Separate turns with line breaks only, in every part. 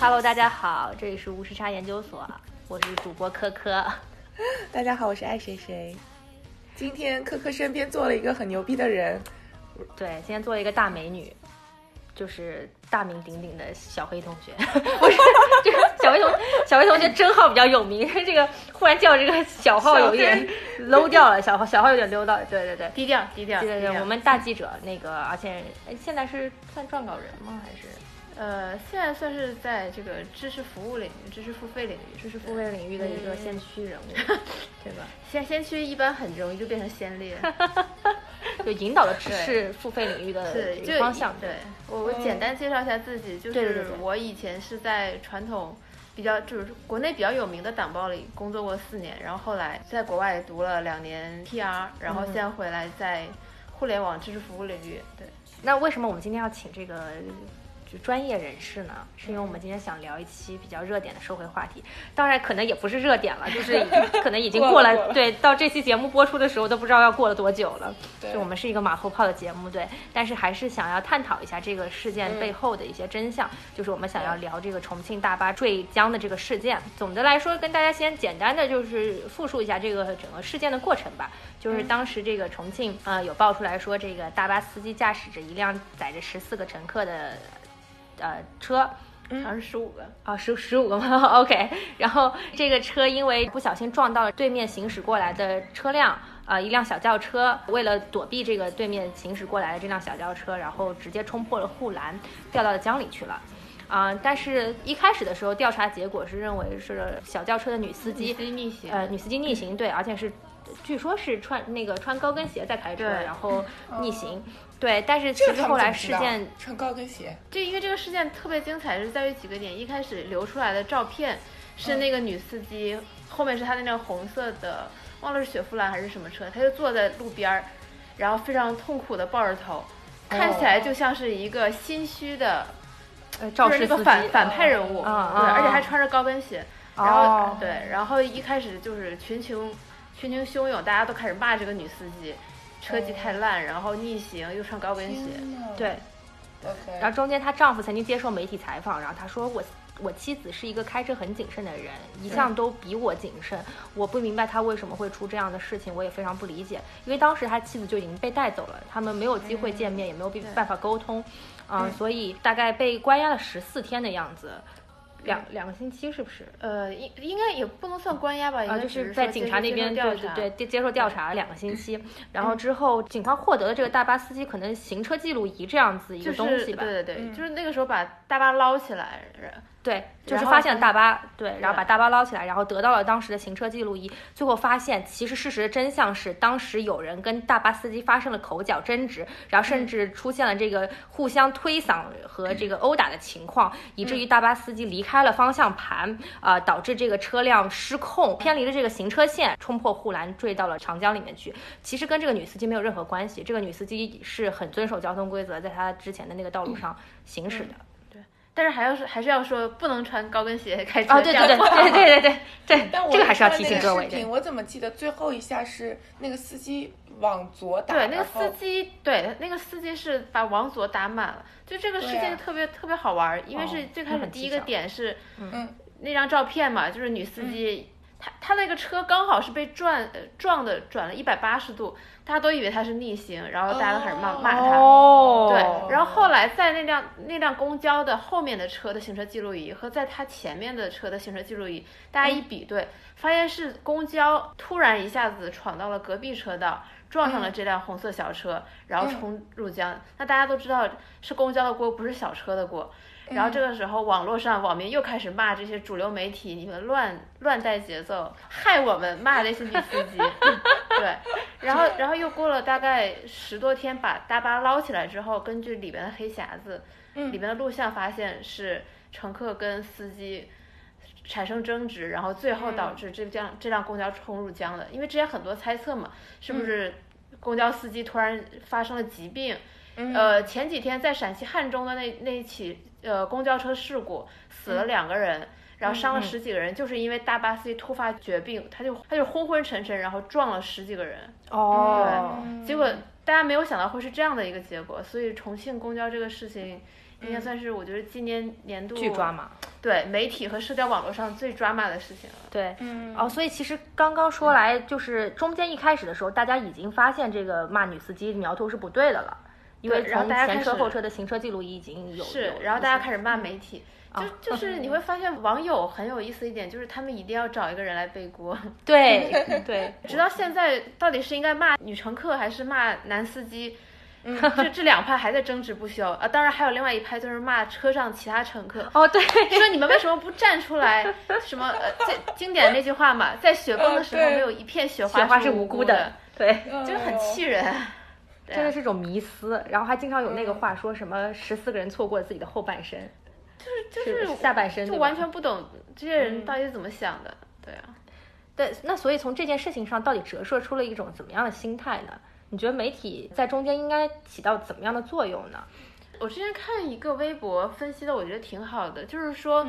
Hello，大家好，这里是无时差研究所，我是主播科科。
大家好，我是爱谁谁。今天科科身边坐了一个很牛逼的人，
对，今天做了一个大美女，就是大名鼎鼎的小黑同学。 不是，就是小黑同小黑同学真号比较有名， 这个忽然叫这个小号有一点 low 掉了，小号小号有点 low 到，对对对。
低调低调。
对对
低
对，
调
我们大记者那个，而且哎现在是算撰稿人吗？还是
呃，现在算是在这个知识服务领域、知识付费领域，
知识付费领域的一
呃
个先驱 人物，对吧？
先先驱一般很容易就变成先 烈，
就引导的只是付费领域的
对，
这
就
个方向。
对，我我简单介绍一下自己，就
对对对
是
对
我以前是在传统。比较就是国内比较有名的党报里工作过四年，然后后来在国外读了两年 PR，然后现在回来在互联网知识服务领域，对，
那为什么我们今天要请这个就专业人士呢？是因为我们今天想聊一期比较热点的社会话题，当然可能也不是热点了，就是已经可能已经过
过
了
了过了
对，到这期节目播出的时候都不知道要过了多久了。
对
就我们是一个马后炮的节目，对，但是还是想要探讨一下这个事件
嗯
背后的一些真相，就是我们想要聊这个重庆大巴坠江的这个事件。总的来说，跟大家先简单的就是复述一下这个整个事件的过程吧。就是当时这个重庆呃有爆出来说，这个大巴司机驾驶着一辆载着十四个乘客的呃车，
好像是十五个，
啊，十十五个吗 ？OK。然后这个车因为不小心撞到了对面行驶过来的车辆，啊、一辆小轿车，为了躲避这个对面行驶过来的这辆小轿车，然后直接冲破了护栏，掉到了江里去了。啊、但是一开始的时候，调查结果是认为是小轿车的女司机
司机逆行，
呃，女司机逆行，对，而且是，据说是穿那个穿高跟鞋在开车，
对哦
然后逆行，对，但是其
这
实
他们
后来
怎么知
事
道
件，
穿高跟鞋，
这因为这个事件特别精彩，是在于几个点。一开始流出来的照片
嗯
是那个女司机，后面是她的那辆红色的，忘了是雪佛兰还是什么车，她就坐在路边儿，然后非常痛苦的抱着
哦
头，看起来就像是一个心虚的，
呃，肇
就是
事
那
司机，
个反反派人物，
啊啊
对，
啊
而且还穿着高跟鞋，然后、
哦
对，然后一开始就是群情群情汹涌，大家都开始骂这个女司机。车
哦
技太烂，然后逆行又穿高跟鞋，
呐，
对，
，OK，
然后中间她丈夫曾经接受媒体采访，然后她说我。我妻子是一个开车很谨慎的人，一向都比我谨慎。我不明白她为什么会出这样的事情，我也非常不理解。因为当时他妻子就已经被带走了，他们没有机会见面，也没有必办法沟通，啊、所以大概被关押了十四天的样子，两两个星期是不是？
呃，应应该也不能算关押吧，应
啊，
该
就
只
是
是
在
说
警
接
察
受
那
接受
边，
调
对
查嗯
对对，接受调查两个星期，然后之后警方获得了这个大巴司机可能行车记录仪这样子一
就
个
是
东西吧，嗯
对对对，就是那个时候把大巴捞起来，然
对，就是
然后
发现了大巴，对，然后
对
把大巴捞起来，然后得到了当时的行车记录仪，最后发现其实事实的真相是，当时有人跟大巴司机发生了口角争执，然后
嗯
甚至出现了这个互相推搡和这个殴打的情况，以
嗯
至于大巴司机离开了方向盘，啊、导致这个车辆失控，偏离了这个行车线，冲破护栏坠到了长江里面去。其实跟这个女司机没有任何关系，这个女司机是很遵守交通规则，在她之前的那个道
嗯
路上行驶的。
但是还要是还是要说不能穿高跟鞋开车，
哦，对对对
这样不好
对对对对 对
但，我
这个还是要
看
提
那
醒
个
各
视
位
频
的。
我怎么记得最后一下是那个司机往左打，
对，那个
然后
司机，对，那个司机是把往左打满了，就这个事
对
件
啊
特别、特别好玩儿，因为
哦
是最
那
开始
很
第
蹊
一个
跷嗯
点是，
嗯，
那张照片嘛，就是女司机，她她那个车刚好是被转呃撞的转了一百八十度，大家都以为她是逆行，然后大家都开始骂、骂她，
哦
对，然后后来在那辆那辆公交的后面的车的行车记录仪和在它前面的车的行车记录仪，大家一比对，发现是公交突然一下子闯到了隔壁车道，撞上了这辆红色小车，然后冲入江。那大家都知道是公交的锅，不是小车的锅。然后这个时候，网络上网民又开始骂这些主流媒体，你们乱乱带节奏，害我们骂那些女司机。对，然后然后又过了大概十多天，把大巴捞起来之后，根据里边的黑匣子，
嗯
里边的录像发现是乘客跟司机产生争执，然后最后导致这辆、这辆公交冲入江的。因为之前很多猜测嘛，是不是公交司机突然发生了疾病？呃，前几天在陕西汉中的那那一起呃公交车事故死
嗯
了两个人。然后伤了十几个人，就是因为大巴司机突发绝病，他就他就昏昏沉沉，然后撞了十几个人。
哦，
结果大家没有想到会是这样的一个结果，所以重庆公交这个事情应该算是我觉得今年年度
嗯巨抓马。
对媒体和社交网络上最抓马的事情了。
对，
嗯
哦，所以其实刚刚说来，就是中间一开始的时候，大家已经发现这个骂女司机苗头是不对的了，因为
对然后
从
大家
前
开
车
始
后车的行车记录仪已经有
是
有，
然后
一
大家
些
开始骂媒体，
啊
就就是你会发现网友很有意思一点，就是他们一定要找一个人来背锅。
对对，
直到现在，到底是应该骂女乘客还是骂男司机？嗯， 这这两派还在争执不休啊！当然还有另外一派，就是骂车上其他乘客，
哦对，
说你们为什么不站出来？什么呃，最经典那句话嘛，在雪崩的时候，
嗯对
没有一片雪
哦雪花
是
是
无
无
辜
辜的，哦对。
就是很气
人。
人。对啊
真的是一种迷思，然后还经常有
嗯
那个话说什么十四个人错过了自己的后半生，
就是
是下半身
就
对吧嗯
完全不懂这些人到底是怎么想的。对啊，
对，那所以从这件事情上到底折射出了一种怎么样的心态呢？你觉得媒体在中间应该起到怎么样的作用呢？
我之前看一个微博分析的，我觉得挺好的，就是说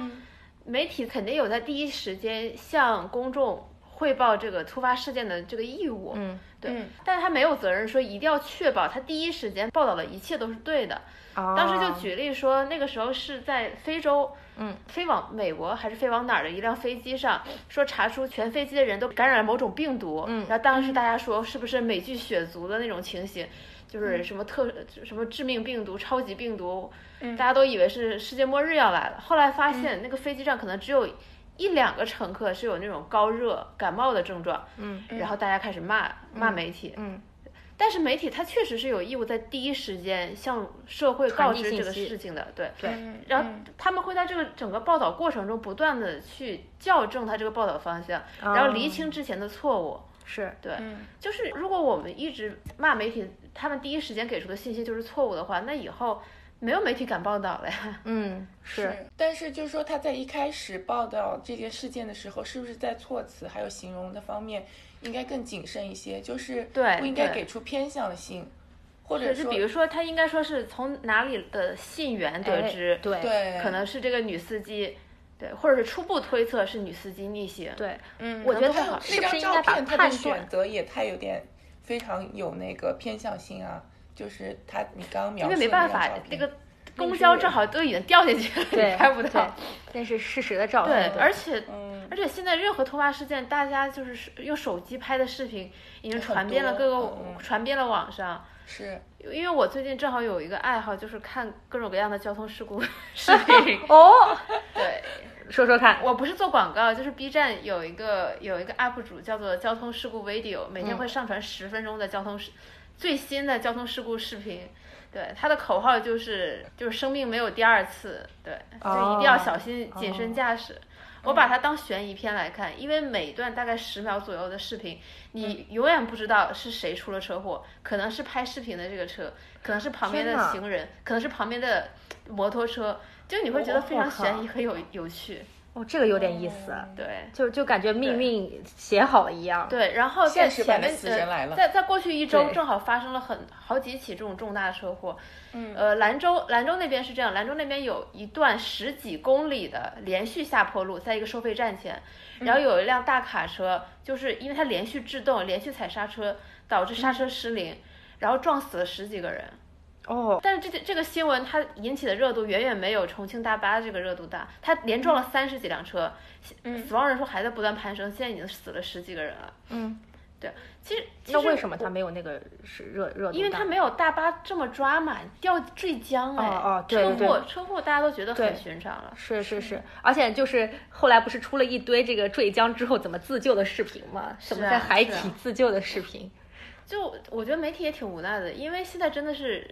媒体肯定有在第一时间向公众汇报这个突发事件的这个义务。
嗯，
对，
嗯
但是他没有责任说一定要确保他第一时间报道的一切都是对的。当
当
时就举例说，那个时候是在非洲，
哦嗯，
飞往美国还是飞往哪儿的一辆飞机上，说查出全飞机的人都感染了某种病毒，
嗯
然后当时大家说是不是美剧《血族》的那种情形，就是
嗯
什么特什么致命病毒、超级病毒，
嗯
大家都以为是世界末日要来了，后来
嗯
发现那个飞机上可能只有。一两个乘客是有那种高热感冒的症状，
嗯，
然后大家开始骂骂媒体，
嗯，
但是媒体它确实是有义务在第一时间向社会告
传递
知这
信
个
息
事情的，对。
对
嗯
然后他们会在这个整个报道过程中不断的去校正他这个报道方向，然后厘清之前的错误。
是
对，
嗯
就是如果我们一直骂媒体，他们第一时间给出的信息就是错误的话，那以后没有媒体敢报道了呀。
嗯是
是，但是就是说他在一开始报道这件事件的时候，是不是在措辞还有形容的方面应该更谨慎一些？就是
对
不应该
对
给出偏向性，或者
对， 就
说
比如说他应该说是从哪里的信源得
哎
知，
对
对，
可能是这个女司机，对，或者是初步推测是女司机逆行。
对，
嗯，
我觉得
可
他
能那
是不
张
是应
照
该把
片他的
判
选
断
择也太有点非常有那个偏向性啊，就是他你刚刚描
因
述的
为没办法
张照，
那
片
个公
是
交正好都已经掉进去了，
对
你拍不到。
那是事实的照
对
片，，
而且
嗯
而且现在任何突发事件，大家就是用手机拍的视频已经传遍了各个
很多嗯
传遍了网上。
是
因为我最近正好有一个爱好，就是看各种各样的交通事故 视频。
哦，
对，
说说看，
我不是做广告，就是 B 站有一个有一个 UP 主叫做交通事故 Video，每
嗯
天会上传十分钟的交通事、最新的交通事故视频。对，他的口号就是就是生命没有第二次，对，就一定要小心
哦
谨慎驾驶。我把它当悬疑片来看，因为每一段大概十秒左右的视频，
嗯
你永远不知道是谁出了车祸，可能是拍视频的这个车，可能是旁边
天
的
哪
行人，可能是旁边的摩托车，就你会觉得非常
哦我靠
悬疑和有有趣。
哦，这个有点意思，
哦
嗯
对
就就感觉命运写好了一样，
对，然后在
现实版
前
的
面
死神来了
呃，在在过去一周
对
正好发生了很好几起这种重大车祸。嗯，呃，兰州兰州那边是这样，兰州那边有一段十几公里的连续下坡路，在一个收费站前，
嗯
然后有一辆大卡车，就是因为它连续制动、连续踩刹车，导致刹车失灵，然后撞死了十几个人。
哦，
但是这个这个新闻它引起的热度远远没有重庆大巴这个热度大，它连撞了三十几辆车，
嗯
死亡人数还在不断攀升，现在已经死了十几个人了。
嗯，
对，其实其实
那为什么他没有那个是热热度？
因为它没有大巴这么抓马掉坠江哎，
哦哦对
车
对
祸车祸大家都觉得很
对
寻常了。
是是是，而且就是后来不是出了一堆这个坠江之后怎么自救的视频嘛，怎么
是啊
在海
是啊
底自救的视频，
就我觉得媒体也挺无奈的，因为现在真的是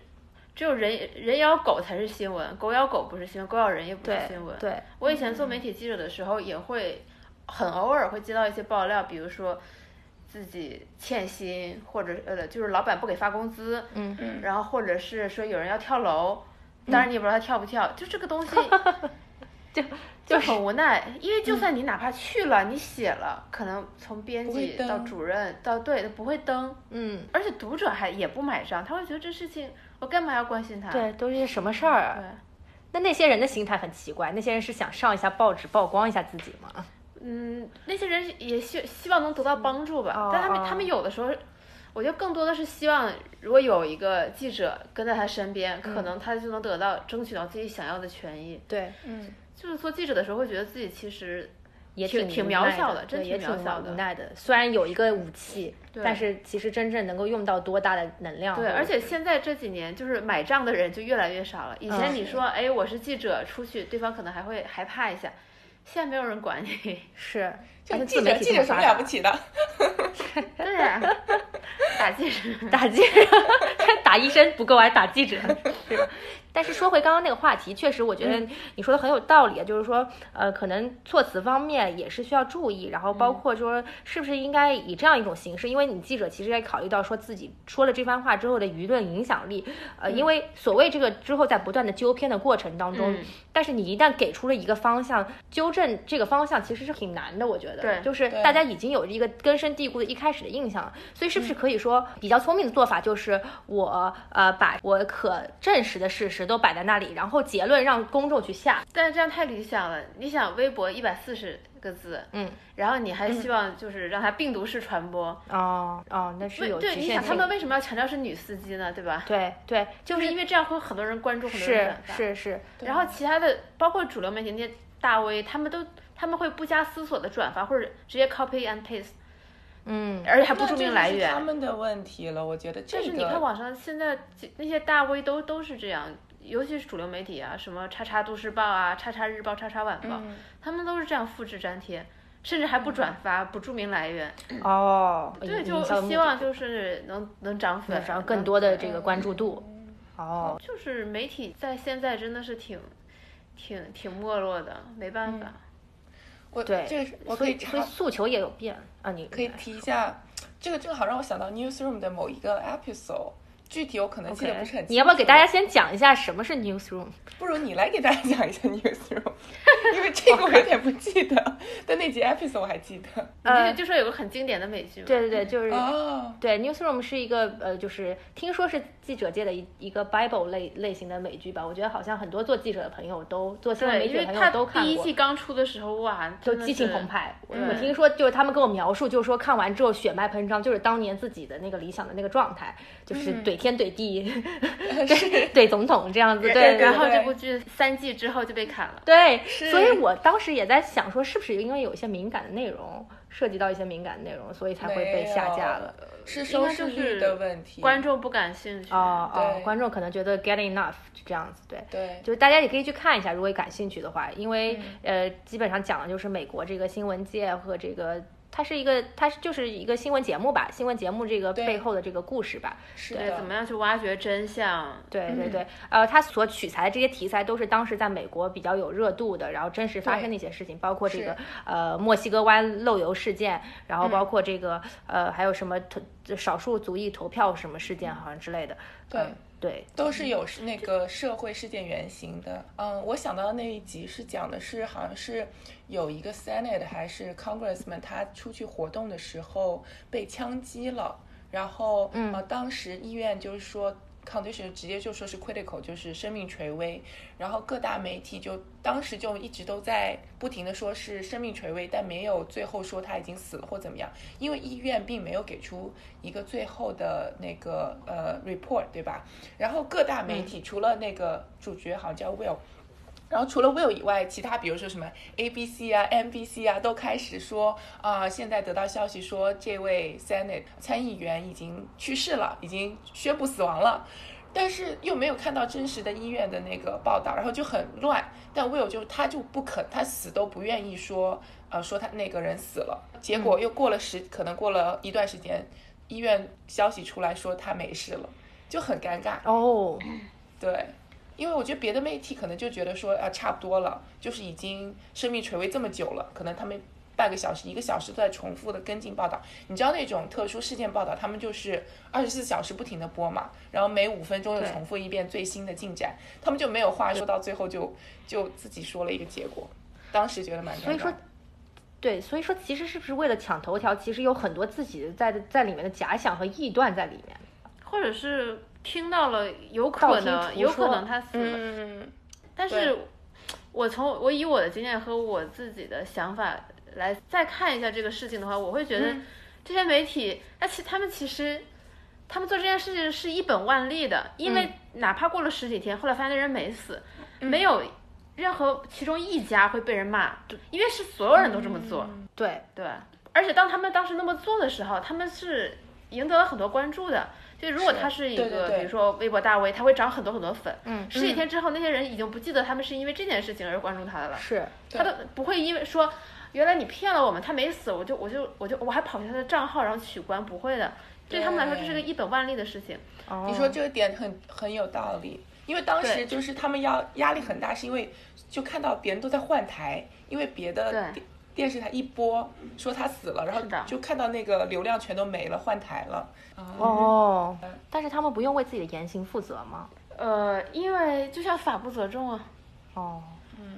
只有人人咬狗才是新闻，狗咬狗不是新闻，狗咬人也不是
对
新闻。
对，
我以前做媒体记者的时候，也会很偶尔会接到一些爆料，比如说自己欠薪，或者呃，就是老板不给发工资，
嗯
嗯
然后或者是说有人要跳楼，当然你也不知道他跳不跳，就这个东西
就嗯
就是很无奈，因为就算你哪怕去了，你写了，可能从编
不会
辑
登
到主任到对都不会登，
嗯，
而且读者还也不买账，他会觉得这事情我干嘛要关心他？
对，都是些什么事儿
对
啊？那那些人的心态很奇怪，那些人是想上一下报纸曝光一下自己吗？
嗯，那些人也希希望能得到帮助吧，
哦
但他们
哦
他们有的时候，我觉得更多的是希望，如果有一个记者跟在他身边，可能他就能得到争取到自己想要的权益。
对，
嗯，
就是做记者的时候，会觉得自己其实
也
挺
挺
挺
无
渺
奈
小
的，
的真
对也
挺渺小
无
的
无奈的。虽然有一个武器，但是其实真正能够用到多大的能量？
啊对，而且现在这几年就是买账的人就越来越少了。以前你
是
说，哎，我是记者，出去对方可能还会害怕一下，现在没有人管你。
是，而且
就记
自
者
媒体
记
这
者
么
什
发
么了
达
不起的？
对啊呀、打记者。
打记者， 打医生不够，还打记者，是吧？ 但是说回刚刚那个话题，确实我觉
嗯
得你说的很有道理，就是说，呃，可能措辞方面也是需要注意，然后
嗯
包括说是不是应该以这样一种形式，因为你记者其实也考虑到说自己说了这番话之后的舆论影响力，呃，
嗯
因为所谓这个之后在不断的纠偏的过程当中，
嗯
但是你一旦给出了一个方向，纠正这个方向其实是挺难的，我觉得，
对
就是
对
大家已经有一个根深蒂固的一开始的印象了，所以是不是可以说比较聪明的做法就是我呃把我可证实的事实都摆在那里，然后结论让公众去下，
但是这样太理想了。你想，微博一百四十个字，
嗯，
然后你还希望就是让它病毒式传播，
哦哦，那是有
对，
局
你
限
想他
性
们
的，
为什么要强调是女司机呢？对吧？
对对，就
就是
是
因为这样会有很多人关注，很多人
是
转发。
是是，
然后其他的，包括主流媒体那些大 V，他们都他们会不加思索的转发，或者直接 copy and paste，
嗯
而且还
那
不 注
这
明
就
来
是他
源。
们的问题了，我觉得这
但
个。
是你看网上现在几那些大 V 都都是这样，尤其是主流媒体啊，什么叉叉都市报啊、叉叉日报、叉叉晚报，
嗯
他们都是这样复制粘贴，甚至还不转发、不注明来源。
哦，
对，
嗯营
就
销的目
希
的
望就是能能涨粉，
然后更多的这个关注度，哦，
就是媒体在现在真的是挺挺挺没落的，没
嗯
办法。
我
对
这个是我可
所
以
以所以
插
诉求也有变啊，你
可以提一下，这个正好让我想到 Newsroom 的某一个 episode，具体我可能记得不是很清楚。
你要不要给大家先讲一下什么是 newsroom？
不如你来给大家讲一 下 Newsroom，因为这个我有点不记得，但那集 episode 我还记得。
你
呃
记得就说有个很经典的美剧嘛，
对对对，就是、
哦，
对 newsroom 是一个呃，就是听说是记者界的一一个 Bible 类类型的美剧吧。我觉得好像很多做记者的朋友都做新闻媒
对，
体的
因为
朋友
它
都看
第一
过
季。刚出的时候，哇，
都
真的
激情
是
澎。湃，我
嗯
我听说就是他们跟我描述，就是说看完之后血脉喷张，就是当年自己的那个理想的那个状态，就是
嗯
怼天怼 地，
是
怼总统这样子，对对，对
然后这部剧三季之后就被砍了。
对，所以我当时也在想说，是不是因为有一些敏感的内容，涉及到一些敏感的内容，所以才会被下架了。
没有，是收视率的问题。
观众不感兴趣
哦哦，
对
观众可能觉得 get enough 就这样子，对。
对，
就是大家也可以去看一下，如果感兴趣的话，因为、
嗯
呃，基本上讲的就是美国这个新闻界和这个，它是一个，它是就是一个新闻节目吧，新闻节目这个
对
背后的这个故事吧，
是嗯
对，
的，
怎么样去挖掘真相？
对对对，呃，他所取材的这些题材都是当时在美国比较有热度的，然后真实发生的一些事情，包括这个
是嗯
呃墨西哥湾漏油事件，然后包括这个、呃还有什么投少数族裔投票什么事件好像之类的，
嗯对
嗯对，
都是有那个社会事件原型的。嗯，我想到的那一集是讲的是好像是有一个 Senate 还是 Congressman 他出去活动的时候被枪击了，然后嗯、呃当时医院就是说。condition 直接就说是 critical，就是生命垂危，然后各大媒体就当时就一直都在不停的说是生命垂危，但没有最后说他已经死了或怎么样，因为医院并没有给出一个最后的那个呃 report，对吧？然后各大媒体除了那个主角好像叫 Will，然后除了 Will 以外，其他比如说什么 ABC 啊、NBC 啊，都开始说啊、现在得到消息说这位 Senate 参议员已经去世了，已经宣布死亡了。但是又没有看到真实的医院的那个报道，然后就很乱。但 Will 就他就不肯，他死都不愿意说，呃，说他那个人死了。结果又过了十，可能过了一段时间，医院消息出来说他没事了，就很尴尬。
哦，
对，因为我觉得别的媒体可能就觉得说啊，差不多了，就是已经生命垂危这么久了，可能他们半个小时、一个小时都在重复的跟进报道。你知道那种特殊事件报道，他们就是二十四小时不停的播嘛，然后每五分钟就
对
重复一遍最新的进展，他们就没有话说，到最后就就自己说了一个结果。当时觉得蛮尴尬的，
所以说对，所以说其实是不是为了抢头条，其实有很多自己在在里面的假想和臆断在里面。
或者是听到了有可
道
能，
听途
有可
说
能他死了，
嗯，
但是
对
我从我以我的经验和我自己的想法
嗯
来再看一下这个事情的话，我会觉得这些媒体，那其他们其实他们做这件事情是一本万利的，因为
嗯
哪怕过了十几天，后来发现那人没死，没有任何其中一家会被人骂，因为是所有人都这么做。
对，
对，而且当他们当时那么做的时候，他们是赢得了很多关注的。就如果
是
他是一
对对
个，
对
比如说微博大 V，他会涨很多很多粉。
嗯
十几天之后，那些人已经不记得他们是因为这件事情而关注他的了，
是，
他都不会因为说原来你骗了我们，他没死，我就我就我就我还跑去他的账号然后取关，不会的。对他们来说，这是个一本万利的事情。
哦
你说这个点很很有道理，因为当时
嗯对
就是他们要压力很大，是因为就看到别人都在换台，因为别的
对
电电视台一播说他死了，然
是的
后就看到那个流量全都没了，换台了。
哦，但是他们不用为自己的言行负责吗？
呃，因为就像法不责众啊，
哦，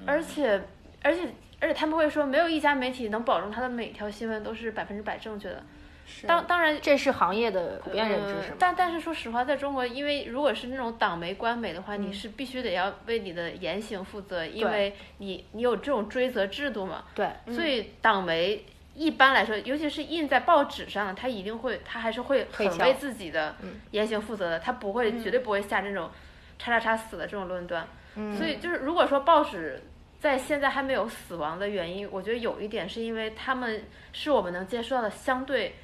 而且而且而且他们会说，没有一家媒体能保证他的每条新闻都是百分之百正确的。
是
当当然，
这是行业的普遍认知
呃
是吗？
但但是说实话，在中国，因为如果是那种党媒官媒的话，
嗯
你是必须得要为你的言行负责，因为你你有这种追责制度嘛，
对，
所以党媒。一般来说，尤其是印在报纸上，他一定会，他还是会
推
很
敲
为自己的
嗯
言行负责的，他不会，绝对不会下这种“叉叉叉死了”这种论断。
嗯
所以就是，如果说报纸在现在还没有死亡的原因，我觉得有一点是因为他们是我们能接受到的相对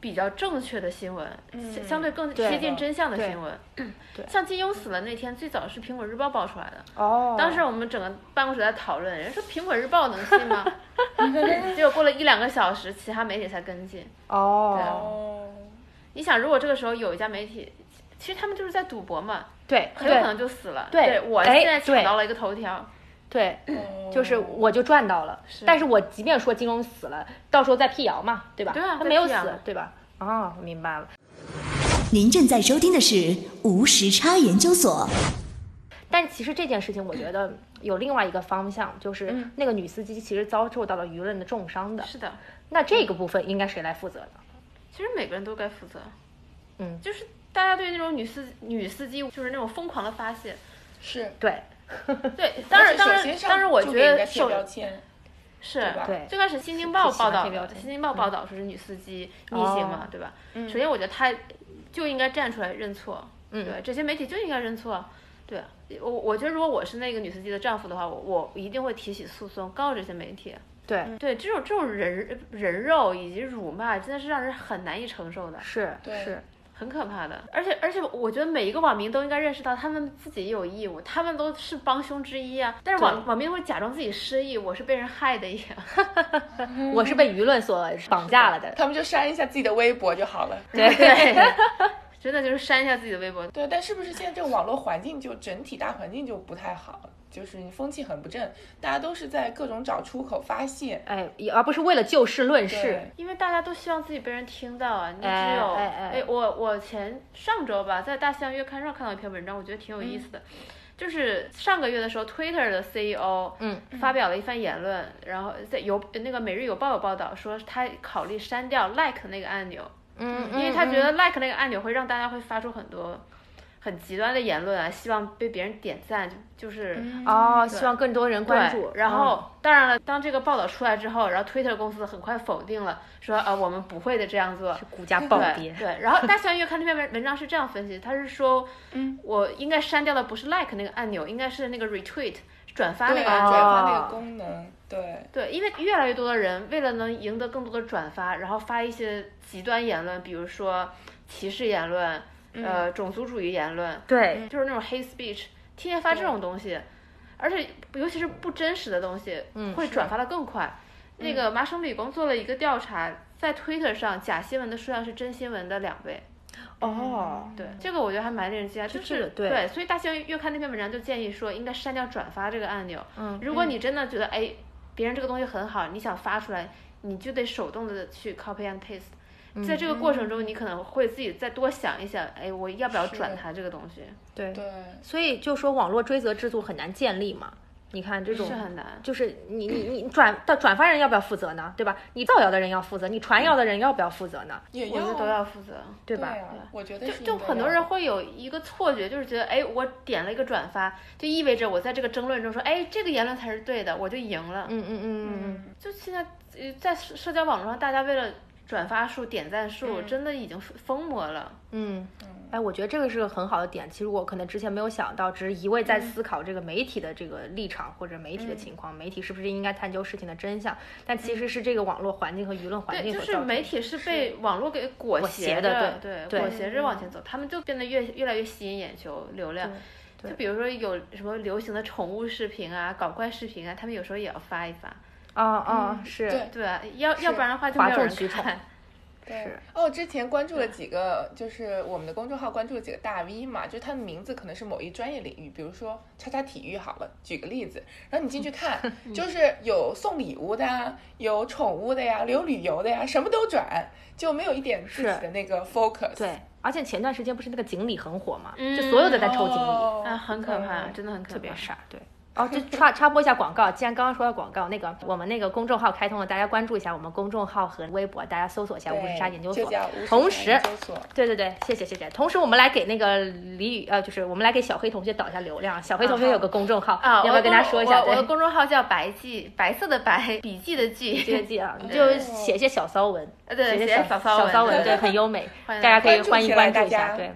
比较正确的新闻，相相对
嗯
更
对
贴近
的
真相的
对
新闻
对。
像金庸死了那天，最早是《苹果日报》爆出来的。
哦，
当时我们整个办公室在讨论，人家说《苹果日报》能信吗？ 结果过了一两个小时，其他媒体才跟进。
哦，
哦，
你想，如果这个时候有一家媒体，其实他们就是在赌博嘛，
对，
很有可
对
能就死了。
对
我
哎
现在抢
对
到了一个头条。
对，
哦
就是我就赚到了。但哦是我即便说金庸死了，到时候再辟谣嘛，对吧？
对啊
他
再
没有
辟谣
死
嘛，
对吧？哦，我明白了。
您正在收听的是无时差研究所。
但其实这件事情，我觉得有另外一个方向，就是那个女司机其实遭受到了舆论的重伤的。
是的，
那这个部分应该谁来负责呢？
其实每个人都该负责。
嗯
就是大家对那种女司女司机就是那种疯狂的 发泄。
是。
对，
对，当
而
然
且
当
首
然
先上
当然，我
就
觉
给人家
得
贴
首
标签，
是
对吧
对
最开始《新京报》
喜欢
报道
贴标
的，《
签
新京报》
嗯
报道说是女司机逆行嘛，
哦
对吧？首先，我觉得她就应该站出来认错，
嗯
对，这些媒体就应该认错。对我，我觉得如果我是那个女司机的丈夫的话，我我一定会提起诉讼，告这些媒体。
对，
对，这种这种人人肉以及辱骂，真的是让人很难以承受的。
是
对
是，
很可怕的。而且而且，我觉得每一个网民都应该认识到，他们自己也有义务，他们都是帮凶之一啊。但是网网民会假装自己失忆，我是被人害的一样。
我是被舆论所绑架了的。
他们就删一下自己的微博就好了。
对
对，真的就是删一下自己的微博。
对，但是不是现在这个网络环境就整体大环境就不太好，就是风气很不正，大家都是在各种找出口发泄。
哎，也而不是为了就事论事
对。
因为大家都希望自己被人听到啊，你只有
哎哎哎
我我前上周吧，在《大西洋月刊》上看到一篇文章，我觉得挺有意
嗯
思的，就是上个月的时候，Twitter 的 CEO
嗯
发表了一番言论，然后在邮那个《每日邮报》有报道说他考虑删掉 like 那个按钮，
嗯，
因为他觉得 like 那个按钮会让大家会发出很多很极端的言论啊，希望被别人点赞，就就是。
嗯哦，希望更多人关注嗯
对，嗯然后、当然了，当这个报道出来之后，然后 Twitter 公司很快否定了，说啊、呃我们不会的这样做。
嗯股价暴
对
跌。
对，然后大象月刊这篇文文章是这样分析，他是说，嗯，我应该删掉的不是 like 那个按钮，应该是那个 retweet 转发那
对，
个
转
按钮。
哦
发那个功能，对，
对，因为越来越多的人为了能赢得更多的转发，然后发一些极端言论，比如说歧视言论，
嗯
呃，种族主义言论，
对，
就是那种 hate speech，天天发这种东西，而且尤其是不真实的东西，会转发的更快。那个麻省理工做了一个调查，在 Twitter 上假新闻的数量是真新闻的两倍。
哦，
对，这个我觉得还蛮令人惊讶，
这
就
这个
嗯是
对
所以大象月刊那篇文章就建议说，应该删掉转发这个按钮。嗯，如果你真的觉得哎，别人这个东西很好，你想发出来，你就得手动的去 copy and paste。在这个过程中，你可能会自己再多想一想，哎，我要不要转它这个东西？
对
对，
所以就说网络追责制度很难建立嘛。你看这种
是很难
就是你你你转到转发人要不要负责呢？对吧？你造谣的人要负责，你传谣的人要不要负责呢？
也
我觉
要啊
得都要负责。
对
对
吧？
啊，我觉得
就是就
应该
很多
要
人会有一个错觉，就是觉得，哎，我点了一个转发，就意味着我在这个争论中说，哎，这个言论才是对的，我就赢了。
嗯嗯嗯嗯
就现在，呃，在社社交网络上，大家为了转发数、点赞数，
嗯
真的已经疯魔了。
嗯，哎，我觉得这个是个很好的点。其实我可能之前没有想到，只是一味在思考这个媒体的这个立场或者媒体的情况，媒体是不是应该探究事情的真相？但其实是这个网络环境和舆论环
对，
境
就
所
是
造成
媒
的。
体是被网络给裹
裹
挟
挟的
对
对
裹
对
挟着往前走，他们就变得越越来越吸引眼球、流量。
对
就比如说有什么流行的宠物视频啊、搞怪视频啊，他们有时候也要发一发。
啊啊，
嗯
是
对
对啊，要要不然的话就
哗
没有
众
人
取宠
看。
对
是
哦，之前关注了几个，就是我们的公众号关注了几个大 V 嘛，就是他的名字可能是某一专业领域，比如说叉叉体育好了，举个例子，然后你进去看，就是有送礼物的呀，有宠物的呀，有旅游的呀，什么都转，就没有一点自己
是
的那个 focus。
对。而且前段时间不是那个锦鲤很火嘛，
嗯
就所有的
哦，
在抽锦鲤，
啊，很可怕，真的很可怕。
特别傻。对。哦，就插插播一下广告。既然刚刚说到广告，那个我们那个公众号开通了，大家关注一下我们公众号和微博，大家搜索一下
对
无时差研究
就
所
叫无。时
同
差
时
研，究所
对对对，谢谢谢谢。同时，我们来给那个李宇呃，就是我们来给小黑同学导一下流量。小黑同学有个公众号，要
啊，
不要
我的
跟大家
公
说一下？
我我的
对，
公众号叫白记，白色的白，笔记的
这个
记。
记啊，你就写一些小骚文，
呃对，
写
写
小
小骚文，
小骚文，对，很优美，
欢迎
大家可以
关注
欢迎
起
关
来
注一
大
下，
家
对。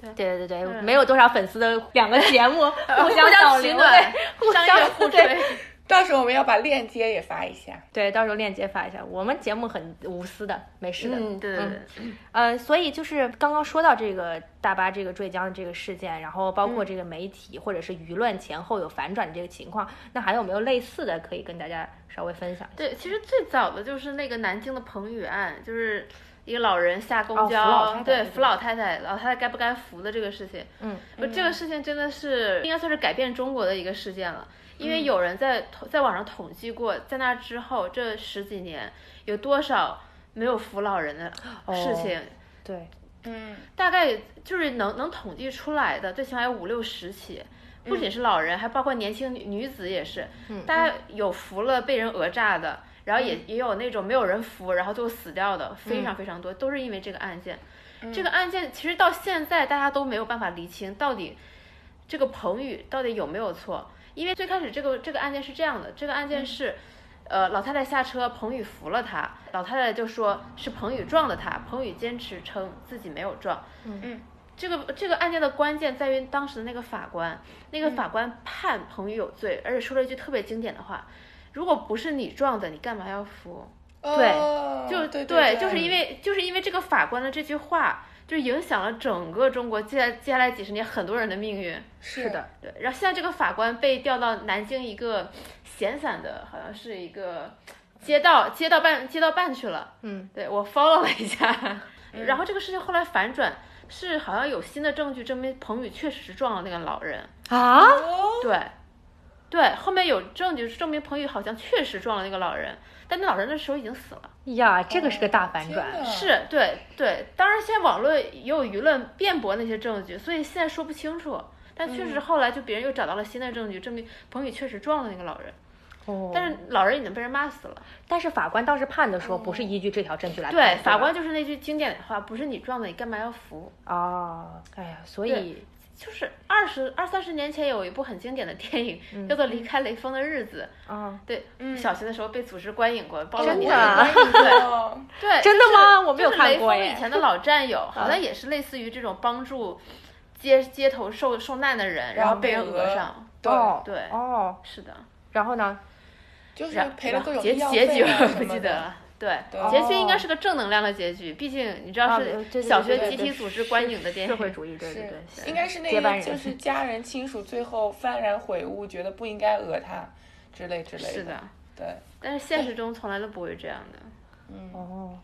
对
对对对
嗯
没有多少粉丝的两个节目 互相
相
导
取
流，
暖
对，互
商
相
业互
对
吹。
到时候我们要把链接也发一下。
对，到时候链接发一下。我们节目很无私的，没事的。
嗯，对对对。
呃，所以就是刚刚说到这个大巴这个坠江的这个事件，然后包括这个媒体或者是舆论前后有反转的这个情况，那还有没有类似的可以跟大家稍微分享一下？
对，其实最早的就是那个南京的彭宇案，就是一个老人下
哦
公
扶
交，
老太太
对
对
扶老太太，老太太该不该扶的这个事情，
嗯，
不，这个事情真的是应该算是改变中国的一个事件了。因
嗯
为有人在统在网上统计过，在那之后这十几年有多少没有扶老人的
哦
事情，
对，
嗯，
大概就是能能统计出来的，最起码有五六十起，不仅是老人，还包括年轻女女子也是。大家有扶了被人讹诈的，然后也、也有那种没有人扶，然后最后死掉的，非常非常多，都是因为这个案件。这个案件其实到现在大家都没有办法厘清到底这个彭宇到底有没有错，因为最开始这个这个案件是这样的，这个案件是。呃，老太太下车，彭宇扶了她。老太太就说是彭宇撞的她，彭宇坚持称自己没有撞。
嗯
嗯，
这个这个案件的关键在于当时的那个法官，那
嗯
个法官判彭宇有罪，而且说了一句特别经典的话：如果不是你撞的，你干嘛要扶？
对
哦
就
对
就是因为就是因为这个法官的这句话，就影响了整个中国接下接下来几十年很多人的命运。
是，
的，
对，然后现在这个法官被调到南京一个闲散的，好像是一个街道街道办街道办去了。
嗯，
对我 follow 了一下，然后这个事情后来反转，是好像有新的证据证明彭宇确实是撞了那个老人。
啊，
哦，
对，对，后面有证据证明彭宇好像确实撞了那个老人，但那老人那时候已经死了。
呀，这个是个大反
天
转，
哪
是对对，当然现在网络也有舆论辩驳那些证据，所以现在说不清楚。但确
嗯
实后来就别人又找到了新的证据，证明彭宇确实撞了那个老人，
哦
但是老人已经被人骂死了。
但是法官当时判的时候，不是依据这条证据来判
哦对，
吧
法官就是那句经典的话：“不是你撞的，你干嘛要扶
啊，哎呀，所以
对。就是二十二三十年前有一部很经典的电影，
嗯
叫做《离开雷锋的日子》。
啊，
对，小学的时候被组织观影过，包括
真
我
的啊
也观影过。
哦
对，
真的
就是
吗我没有
就是
看
雷
过
锋
耶
以前的老战友，好像也是类似于这种帮助街街头受受难的人，然后被人讹上。
对，
哦，
对
哦，
是的，
然后 呢？
就是
然
赔了各种
啊结
医药
结
费
局
啊
我
什
不
么
记得
的。
了。对
对，
结局应该是个正能量的结局，毕竟你知道
啊对对
是
对
小学
对
集
对
体组织观影的电
社会
影。
主义，对对对，
应该是那
接班人
个就是家人亲属最后幡然悔悟，觉得不应该讹他之类之类
是
的
的，，
对，
但是现实中从来都不会这样的。
哦，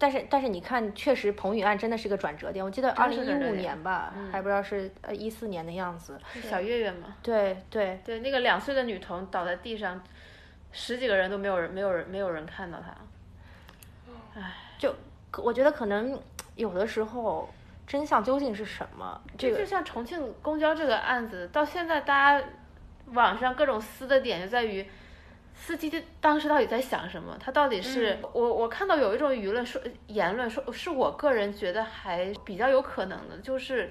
但是但是你看，确实彭宇案真的是个转折点。我记得二
真
零
是
一
个转折
五
点嗯
年吧，还不知道是呃一四年的样子。
小月月嘛，
对对，
对，那个两岁的女童倒在地上，十几个人都没有人，没有人，没有人看到她。
就可我觉得可能有的时候真相究竟是什么，这
就
个
像重庆公交这个案子，到现在大家网上各种撕的点就在于，司机这当时到底在想什么？他到底是、
嗯
我我看到有一种舆论说言论说，是我个人觉得还比较有可能的，就是。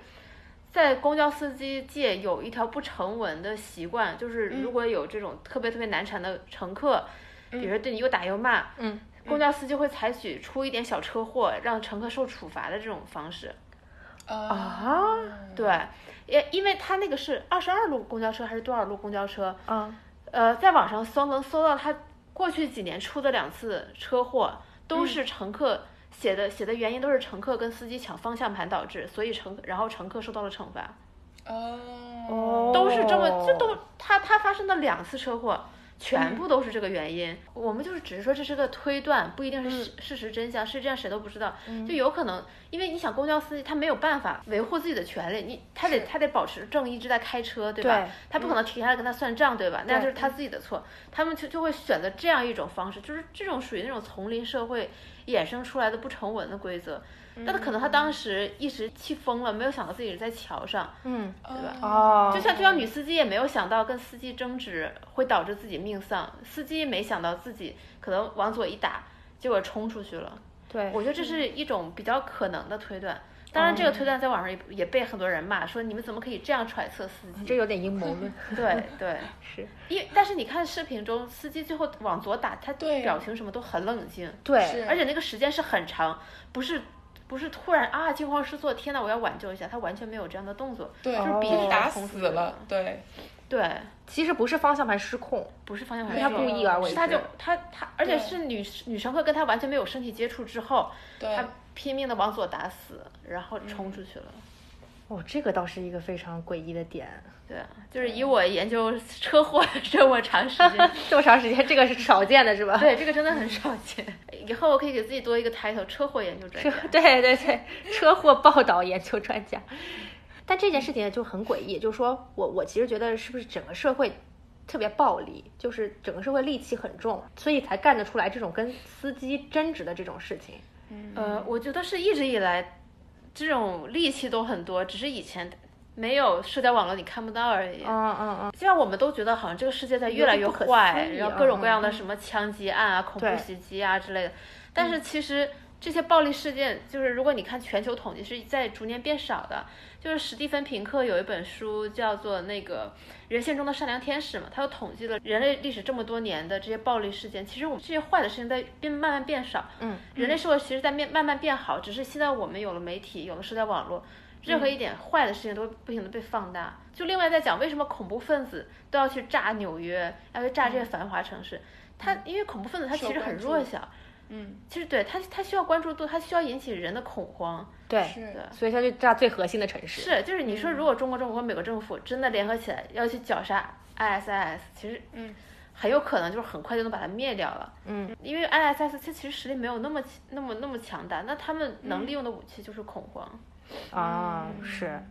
在公交司机界有一条不成文的习
嗯
惯，就是如果有这种特别特别难缠的乘客，比如说对你又打又骂，
嗯，
公交司机会采取出一点小车祸让乘客受处罚的这种方式。
啊，
对，也因为他那个是二十二路公交车还是多少路公交车？
嗯，
呃，在网上搜能搜到他过去几年出的两次车祸，都是乘客写的、写的原因都是乘客跟司机抢方向盘导致，所以乘然后乘客受到了惩罚，
哦，
都是这么，这
哦
都他他发生的两次车祸。全
嗯
部都是这个原因，我们就是只是说这是个推断，不一定是事
嗯
事实真相，是这样谁都不知道，就有可能，因为你想公交司机他没有办法维护自己的权利，你他得他得保持正义一直在开车，对吧？
对
他不可能停下来跟他算账，对吧？那就是他自己的错，他们就就会选择这样一种方式，就是这种属于那种丛林社会衍生出来的不成文的规则。
嗯
但是可能他当时一时气疯了，没有想到自己是在桥上，
嗯，
对吧？
哦，
呃就像就像女司机也没有想到跟司机争执会导致自己命丧，司机没想到自己可能往左一打，结果冲出去了。
对，
我觉得这是一种比较可能的推断。当然，这个推
哦
断在网上也也被很多人骂，说你们怎么可以这样揣测司机？
这有点阴谋 论，
对 对，
是
因为但是你看视频中，司机最后往左打，他
对
表情什么都很冷静，
对
是
而且那个时间是很长，不是不是突然啊惊慌失措，天呐，我要挽救一下，他完全没有这样的动作，
对，哦
就是鼻
被
子
打
冲出
死
去的
了，对，
对，
其实不是方向盘失控，
不是方向
是
盘
他
失
故
控。
意而为
是
之，
他就他他，而且
对
是女女乘客跟他完全没有身体接触之后，
对，
他拼命的往左打死，然后冲出去了。
哦，这个倒是一个非常诡异的点。
对，啊就是以我研究车祸这么长时间，
这么长时间，这个是少见的，是吧？
对这个真的很少见。以后我可以给自己多一个 title，车祸研究专
车
家。
对对对，车祸报道研究专家。但这件事情就很诡异，就是说我我其实觉得是不是整个社会特别暴力，就是整个社会戾气很重，所以才干得出来这种跟司机争执的这种事情。
呃，我觉得是一直以来这种戾气都很多，只是以前没有社交网络你看不到而已。
嗯嗯嗯，
就像我们都觉得好像这个世界在
有
越来
点
越
不可
坏
思，议
然后
啊
各种各样的什么枪击案啊、恐
对
怖袭击啊之类的，但是其实。这些暴力事件，就是如果你看全球统计，是在逐年变少的。就是史蒂芬平克有一本书叫做《那个人性中的善良天使》嘛，他就统计了人类历史这么多年的这些暴力事件。其实我们这些坏的事情在变慢慢变少，
嗯，
人类社会其实在变慢慢变好，只是现在我们有了媒体，有了社交网络，任
嗯
何一点坏的事情都会不停的被放大。就另外在讲为什么恐怖分子都要去炸纽约，要去炸这些繁华城市，他因为恐怖分子他其
嗯受
实很
关注
弱小，
嗯，
其实对他他需要关注度，他需要引起人的恐慌。
对，
是，
所以他就炸最核心的城市。
是，就是你说如果中国政府和美国政府真的联合起来要去绞杀 ISIS，其实
嗯
很有可能就是很快就能把它灭掉了。
嗯，
因为 ISIS 它其实实力没有那么那么那么强大，那他们能利用的武器就是恐慌。
啊，是，啊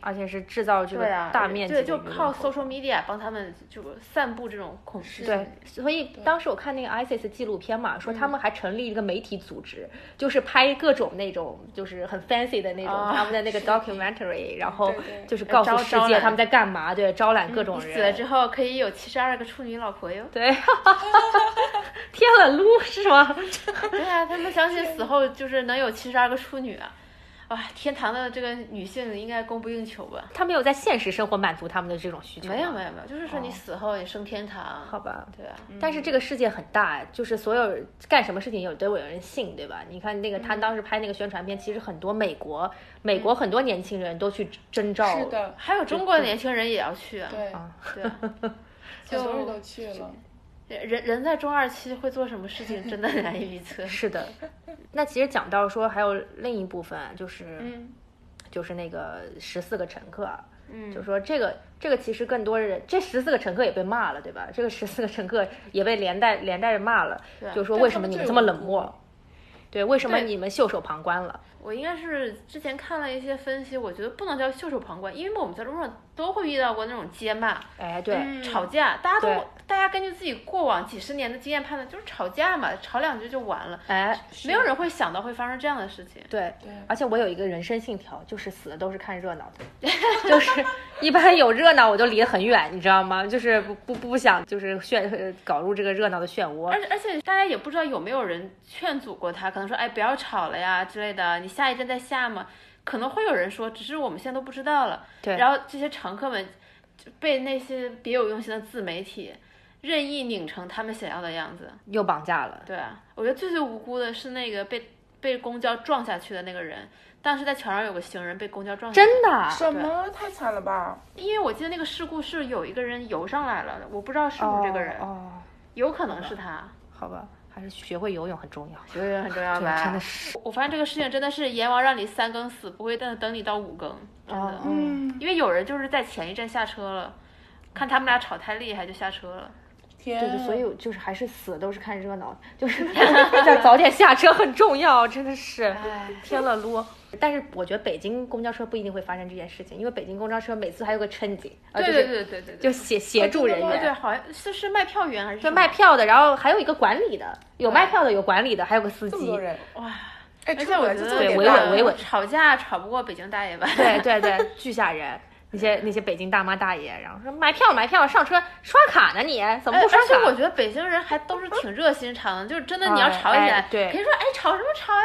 而且是制造这个
对啊，
大面积的
对，就
舆论
靠
恐
social media 帮他们就散布这种恐惧。
对，所以当时我看那个 ISIS 纪录片嘛，
嗯
说他们还成立一个媒体组织，就是拍各种那种就是很 fancy 的那种、
啊
他们 的那个 documentary，然后
对对
就是告诉
招
世
招
界
揽嗯
他们在干嘛，对，招揽各种
死了
人。
之后可以有七十二个处女老婆哟。
对， 天了噜是吗？
对啊， 他们相信死后就是能有七十二个处女啊！哇，天堂的这个女性应该供不应求吧？
他没有在现实生活满足他们的这种需求吗。
没有没有没有，就是说你
哦
死后你升天堂。
好吧。嗯
对啊，
但是这个世界很大，就是所有干什么事情有都有人信，对吧？你看那个
嗯
他当时拍那个宣传片，其实很多美国美国很多年轻人都去征召，
是的，
还有中国嗯的年轻人也要去啊。
对，
啊
对啊，
很多人
就
都去了，
啊 人人在中二期会做什么事情，真的难以预测。
是的，那其实讲到说还有另一部分啊就是、
嗯，
就是那个十四个乘客啊，
嗯，
就说这个这个其实更多人这十四个乘客也被骂了，对吧？这个十四个乘客也被连带连带着骂了，
对啊
就说
但
为
他
什么
们
你们这
最
么
无
冷
辜
漠？对，为什么
对
你们袖手旁观了？
我应该是之前看了一些分析，我觉得不能叫袖手旁观，因为我们在路上都会遇到过那种街骂、
哎，对，
嗯
吵架，大家
对
都大家根据自己过往几十年的经验判断，就是吵架嘛，吵两句就完了，
哎，
没有人会想到会发生这样的事情。
对，
对
而且我有一个人生信条，就是死的都是看热闹的，就是一般有热闹我就离得很远，你知道吗？就是不不不想就是漩呃搞入这个热闹的漩涡
而。且而且大家也不知道有没有人劝阻过他，可能说哎不要吵了呀之类的，你下一站再下嘛，可能会有人说，只是我们现在都不知道了。
对
然后这些乘客们就被那些别有用心的自媒体。任意拧成他们想要的样子。
又绑架了。
对啊，我觉得最最无辜的是那个被被公交撞下去的那个人。当时在桥上有个行人被公交撞下去，
真的啊？
什么太惨了吧？
因为我记得那个事故是有一个人游上来了，我不知道是不是这个人，
哦哦，
有可能是他。
好吧，还是学会游泳很重要。
游泳很重要吧？
对真的是
我。我发现这个事情真的是阎王让你三更死，不会等等你到五更，真的。
哦
嗯，
因为有人就是在前一站下车了，看他们俩吵太厉害就下车了。
天
对
啊，
对，所以就是还是死都是看热闹，就是 要早点下车很重要，真的是
哎，
天了撸。但是我觉得北京公交车不一定会发生这件事情，因为北京公交车每次还有个乘警，呃，
对
就
对
是
对对对对，
就协协助人
对对，
员，
好像是是卖票员还是
就
什么
卖票的，然后还有一个管理的，有卖票的，有管理的，还有个司
这么
机
多。人，
哇！
哎，出
而且我
来
觉
就
得
这么点
维稳
大，
维稳
吵架吵不过北京大爷吧？
对对对，巨吓人。那些那些北京大妈大爷，然后说买票买票上车刷卡呢你，怎么
哎，
不刷
而且我
卡？
觉得北京人还都是挺热心肠的，就是真的你要吵起来，
哎对
可以说哎吵什么吵呀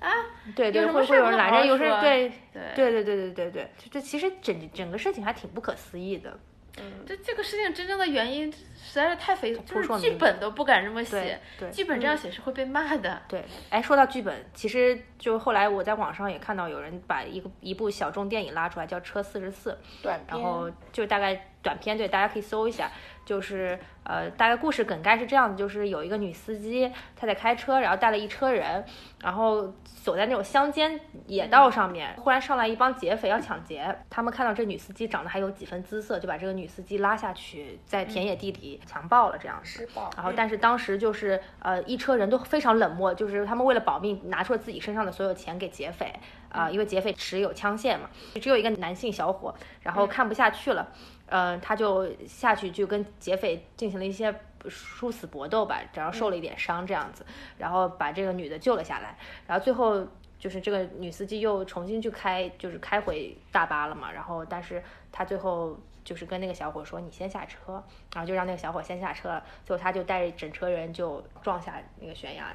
啊，
对对，
有什
会
么
会
事
有
不
人
能
拦
好
着，
好
有时
说
对
对
对对对对对对，这其实整整个事情还挺不可思议的。嗯
这这个事情真正的原因实在是太匪，
扑
就
朔
是
迷
剧
离
本都不敢这么写
对对，嗯
剧本这样写是会被骂的。
对，哎，说到剧本，其实就后来我在网上也看到有人把一个一部小众电影拉出来，叫《车四十四》，
短
然
片，
后就大概短片，对，大家可以搜一下，就是呃，大概故事梗概是这样的，就是有一个女司机，她在开车，然后带了一车人，然后走在那种乡间野道上面，忽然上来一帮劫匪要抢劫，他们看到这女司机长得还有几分姿色，就把这个女司机拉下去，在田野地里强暴了这样子。
施暴，
然后，但是当时就是呃，一车人都非常冷漠，就是他们为了保命，拿出了自己身上的所有钱给劫匪啊、因为劫匪持有枪械嘛，只有一个男性小伙，然后看不下去了，呃，他就下去就跟劫匪进行了一些殊死搏斗吧，然后受了一点伤这样子，然后把这个女的救了下来，然后最后。就是这个女司机又重新去开，就是开回大巴了嘛。然后，但是她最后就是跟那个小伙说：“你先下车。”然后就让那个小伙先下车了。最后他就带着整车人就撞下那个悬崖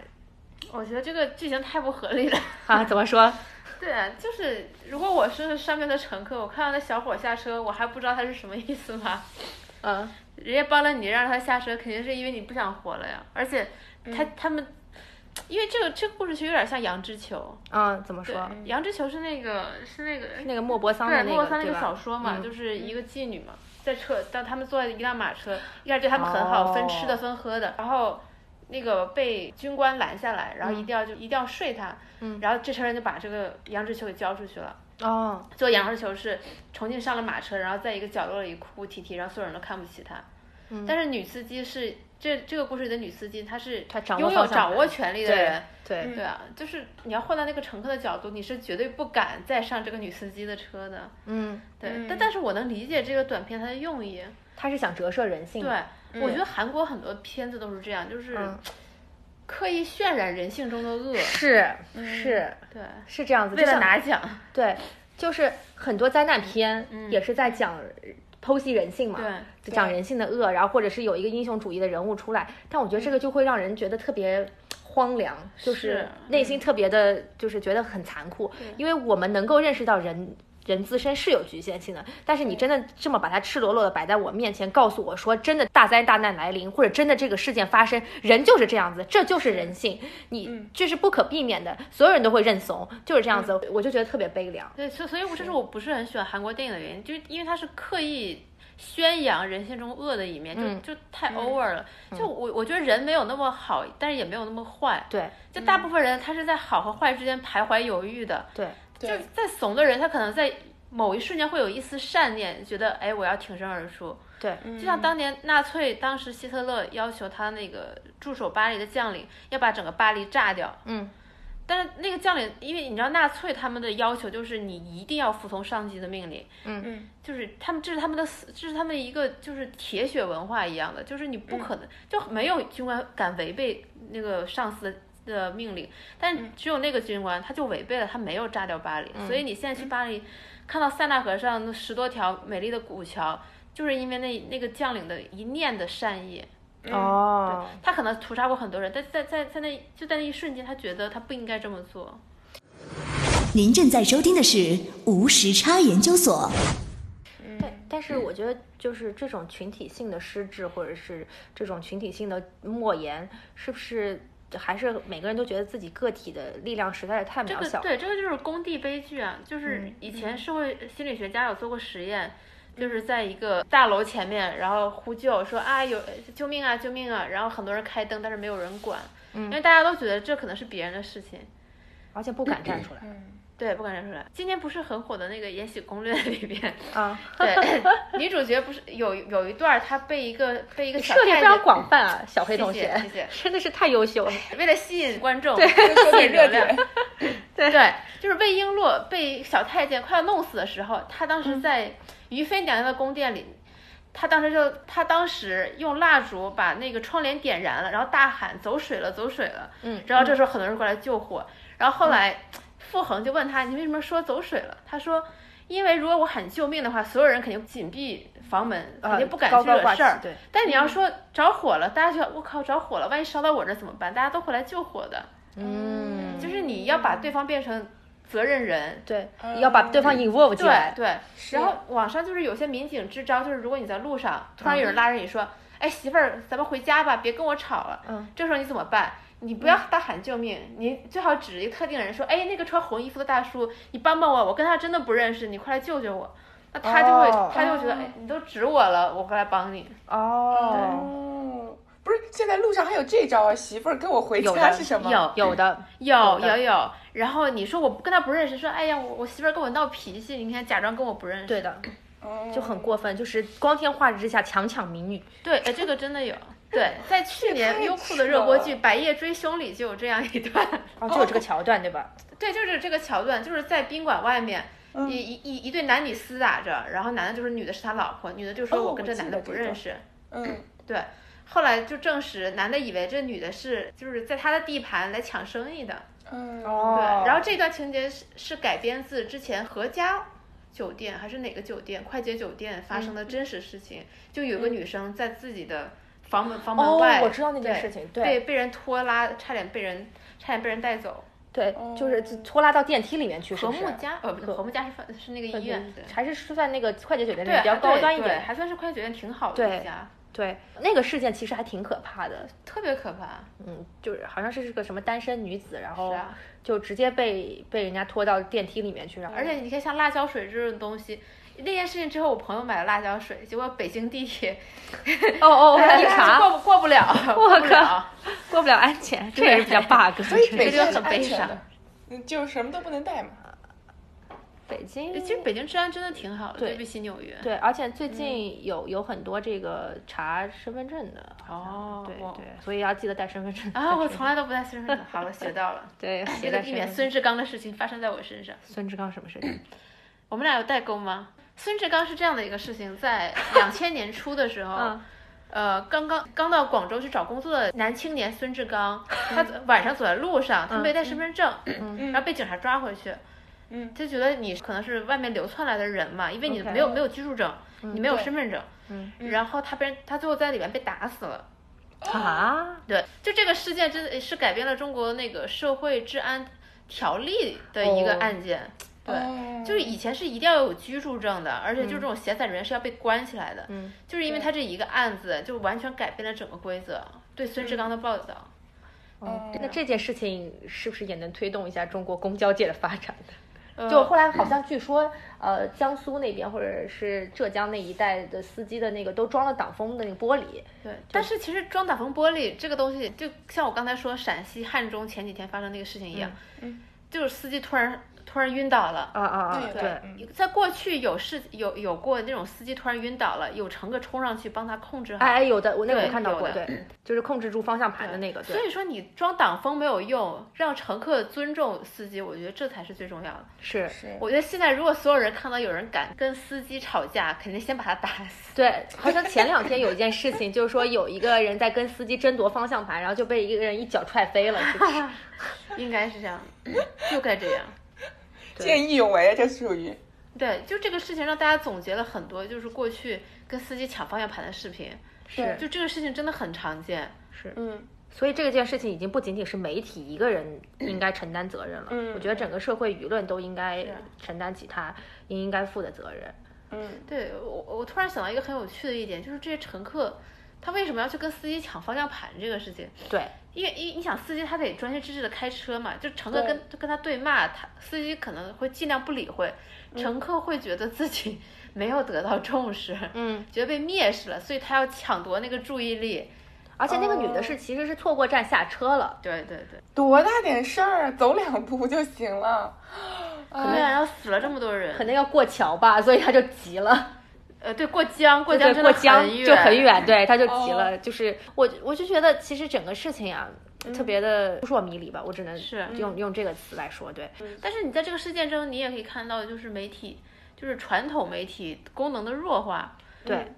我觉得这个剧情太不合理了。
啊！怎么说？
对啊，就是如果我是上面的乘客，我看到那小伙下车，我还不知道他是什么意思 吗？
嗯，
人家帮了你，让他下车，肯定是因为你不想活了呀。而且他、他们，因为这个这个故事其实有点像杨之球，
嗯，怎么
对
说？，
杨之球是那个是那个
那个莫泊桑的
对
那
莫泊
个，
桑那
对
个
吧？
小说嘛，
嗯
就是一个妓女嘛，在车，当他们坐在一辆马车，一开始对他们很好，
哦
分吃的分喝的，然后。那个被军官拦下来，然后一定要就、一定要睡他，
嗯
然后这车人就把这个杨志球给交出去了。
哦，
最后杨志球是重新上了马车，然后在一个角落里哭哭啼啼，让所有人都看不起他。
嗯
但是女司机是这这个故事里的女司机，她是
她掌握
拥有
方向
掌
盘
握权力的人，
对
嗯
对啊，就是你要换到那个乘客的角度，你是绝对不敢再上这个女司机的车的。
嗯，
对，
嗯
但但是我能理解这个短片它的用意。
他是想折射人性
对，
的。
我觉得韩国很多片子都是这样，就是
嗯
刻意渲染人性中的恶。
是是
对，
是这样子。
嗯为
就
了
像
拿奖。
对，就是很多灾难片
嗯
也是在讲剖析人性嘛，
对
讲人性的恶，然后或者是有一个英雄主义的人物出来，但我觉得这个就会让人觉得特别。荒凉，就是嗯
嗯是
内心特别的，就是觉得很残酷，
对
因为我们能够认识到人人自身是有局限性的，但是你真的这么把它赤裸裸的摆在我面前，告诉我说真的大灾大难来临，或者真的这个事件发生，人就是这样子，这就是嗯人性，你这是不可避免的，所有人都会认怂，就是这样子，我就觉得特别悲凉。
对，所所以我这是我不是很喜欢韩国电影的原因，就是因为它是刻意宣扬人性中恶的一面，
嗯
就就太 over 了。就我我觉得人没有那么好，但是也没有那么坏。
对
就大部分人他是在好和坏之间徘徊犹豫的。
对，
就
对
是再怂的人，他可能在某一瞬间会有一丝善念，觉得哎，我要挺身而出。
对，
就像当年纳粹，当时希特勒要求他那个驻守巴黎的将领要把整个巴黎炸掉，
嗯，
但是那个将领，因为你知道纳粹他们的要求就是你一定要服从上级的命令，
嗯
嗯，
就是他们这是他们的死，这是他们一个就是铁血文化一样的，就是你不可能、
嗯
就没有军官敢违背那个上司的。的命令，但只有那个军官他就违背了，他没有炸掉巴
嗯
黎，所以你现在去巴黎，看到塞纳河上那十多条美丽的古桥，就是因为那那个将领的一念的善意，
哦，
他可能屠杀过很多人，但在在在那就在那一瞬间，他觉得他不应该这么做。
您正在收听的是《无时差研究所》。
对但
嗯
是我觉得，就是这种群体性的失智，或者是这种群体性的莫言，是不是还是每个人都觉得自己个体的力量实在是太
这
渺
个
小？
对，这个就是工地悲剧啊，就是
嗯
以前社会心理学家有做过实验，就是在一个大楼前面，然后呼救说啊有救命啊救命啊，然后很多人开灯，但是没有人管，
嗯
因为大家都觉得这可能是别人的事情。
而且不敢站出来
嗯，
对，不敢站出来。今年不是很火的那个《延禧攻略》里边，
啊！
嗯 对，女主角不是有有一段儿她被一个被一个小
涉猎
太
非
监
常广泛啊，小黑
谢
同
谢
学，
谢谢
真的是太优秀了。
为了吸引观众，
说
吸
点
引流
热
量
点，，
对就是魏璎珞被小太监快要弄死的时候，她当
嗯
时在于妃娘娘的宫殿里，她当时就她当时用蜡烛把那个窗帘点燃了，然后大喊走水了，走水了，
嗯
然后这时候很多人过来救火，然后后来傅恒就问她你为什么说走水了？她说。因为如果我喊救命的话，所有人肯定紧闭房门，哎肯
啊
定不敢
高
去
高
惹
挂
事儿
起。嗯对，
但你要说着火了，大家就我靠着火了，万一烧到我这怎么办？大家都会来救火的，
嗯，
就是你要把对方变成责任人。
对，
嗯
要把对方 involve 进
对
来。
对，然后网上就是有些民警支招，就是如果你在路上突然
嗯
有人拉着你说：“哎，媳妇儿，咱们回家吧，别跟我吵了。”
嗯，
这时候你怎么办？你不要大喊救命，你最好指一个特定人说：“哎，那个穿红衣服的大叔，你帮帮我，我跟他真的不认识，你快来救救我。”那他就会，
哦
他就觉得，哎，你都指我了，我会来帮你。
哦，
哦，不是，现在路上还有这招啊！媳妇儿跟我
嗯
回
有
家
的
是什么？
有
有的，
有有
的
有，然后你说我不跟他不认识，说哎呀，我我媳妇儿跟我闹脾气，你看假装跟我不认识，
对的，
哦
就很过分，就是光天化日之下强抢民女。
对，哎，这个真的有。对，在去年
太
优酷的
扯
热播
了
剧《白夜追凶》里就有这样一段，
哦，就有这个桥段，对吧？
对，就是这个桥段，就是在宾馆外面，
嗯
一一一一对男女厮打着，然后男的就是女的是他老婆，女的就说
哦
我跟
我
这
记
男
得
的不
这
认
段
识，
嗯，
对，后来就证实男的以为这女的是就是在他的地盘来抢生意的，
嗯，
对，
哦
然后这段情节是是改编自之前何家酒店还是哪个酒店快捷酒店发
嗯
生的真实事情，就有个女生在自己的房门房门
哦
外，
我知道那件事情对
被被人拖拉，差点被人差点被人带走。
对，就是拖拉到电梯里面去，是
哦和
不是啊
睦家呃不是和睦家是饭是那个医院，对
还是算那个快捷酒店那种
对
比较
还
高
对
端一
对
点。
还算是快捷酒店挺好的一
对
家，
对，那个事件其实还挺可怕的，
特别可怕。
嗯，就是好像是是个什么单身女子，然后
是啊
就直接被被人家拖到电梯里面去，然后
而且你看，像辣椒水这种东西，那件事情之后，我朋友买了辣椒水，结果北京地铁
哦 哦，
大家
一查
过不过不 了，过不了。
过不了安检，这也是比较 bug。
所以
真
北
是
这
京
个
是
很悲
安全的
伤，
嗯，就是什么都不能带嘛。
北京
其实北京治安真的挺好的，
对
对比起纽约。
对，而且最近有有很多这个查身份证的，
哦，
对
我
对，所以要记得带身份证。
啊，我从来都不带身份证。好了，学 到了。
对，
为
携
了
带
避
身
免
份
孙
证。
志刚的事情发生在我身上，
孙志刚什么事情？
我们俩有代沟吗？孙志刚是这样的一个事 情，在两千年初的时候
嗯，
呃，刚刚刚到广州去找工作的男青年孙志 刚，他晚上走在路
嗯
上，他没带身份证，然后被警察抓回去。
嗯
就觉得你可能是外面流窜来的人嘛，因为你
OK
没有没有居住证，你没有
对
身份证，
嗯
然后他被人他最后在里面被打死了。
啊，
对，就这个事件真的是改变了中国那个社会治安条例的一个
哦
案件。
哦
对，就是以前是一定要有居住证的，而且就这种闲散人员是要被关起来的。
嗯，
就是因为他这一个案子，就完全改变了整个规则。对孙志刚的报道，
哦
那这件事情是不是也能推动一下中国公交界的发展
呃
就后来好像据说，呃，江苏那边或者是浙江那一带的司机的那个都装了挡风的那个玻璃。
对，但是其实装挡风玻璃这个东西，就像我刚才说陕西汉中前几天发生那个事情一样，
嗯
就是司机突然突然晕倒了。
啊啊啊！
对
对，
嗯
在过去有事有有过那种司机突然晕倒了，有乘客冲上去帮他控制好，
哎，有的我那个
对
我看到
有
过，
的
对，就是控制住方向盘的那个，
所
对，
以说你装挡风没有用，让乘客尊重司机，我觉得这才是最重要的。
是。
是
我觉得现在如果所有人看到有人敢跟司机吵架，肯定先把他打死。
对，好像前两天有一件事情，就是说有一个人在跟司机争夺方向盘，然后就被一个人一脚踹飞了，是 不是？
应该是这样， 就该这样。
见义勇为，这属于
对，就这个事情让大家总结了很多，就是过去跟司机抢方向盘的视频，
是
就这个事情真的很常见。
是，
嗯
所以这个件事情已经不仅仅是媒体一个人应该承担责任了，
嗯
我觉得整个社会舆论都应该
是啊
承担起他应该负的责任。
嗯，
对我，我突然想到一个很有趣的一点，就是这些乘客他为什么要去跟司机抢方向盘这个事情？
对，
因为因你想司机他得专心致志的开车嘛，就乘客
对
跟就跟他对骂，他司机可能会尽量不理会，乘客会觉得自己 没有得到重视，
嗯，
觉得被蔑视了，所以他要抢夺那个注意力。
而且那个女的
哦
是其实是错过站下车了，
对对对，
多大点事儿，啊走两步就行了。
呃
可能然后死了这么多人，
可能要过桥吧，所以她就急了。
呃对过江过江
对
真
过
的
江
很远
就很，远，对，他就急
哦
了。就是我，我就觉得其实整个事情啊，特别的扑朔迷离吧，我只能
嗯是嗯
用用这个词来说，对，
但是你在这个事件中，你也可以看到，就是媒体，就是传统媒体功能的弱化。
对，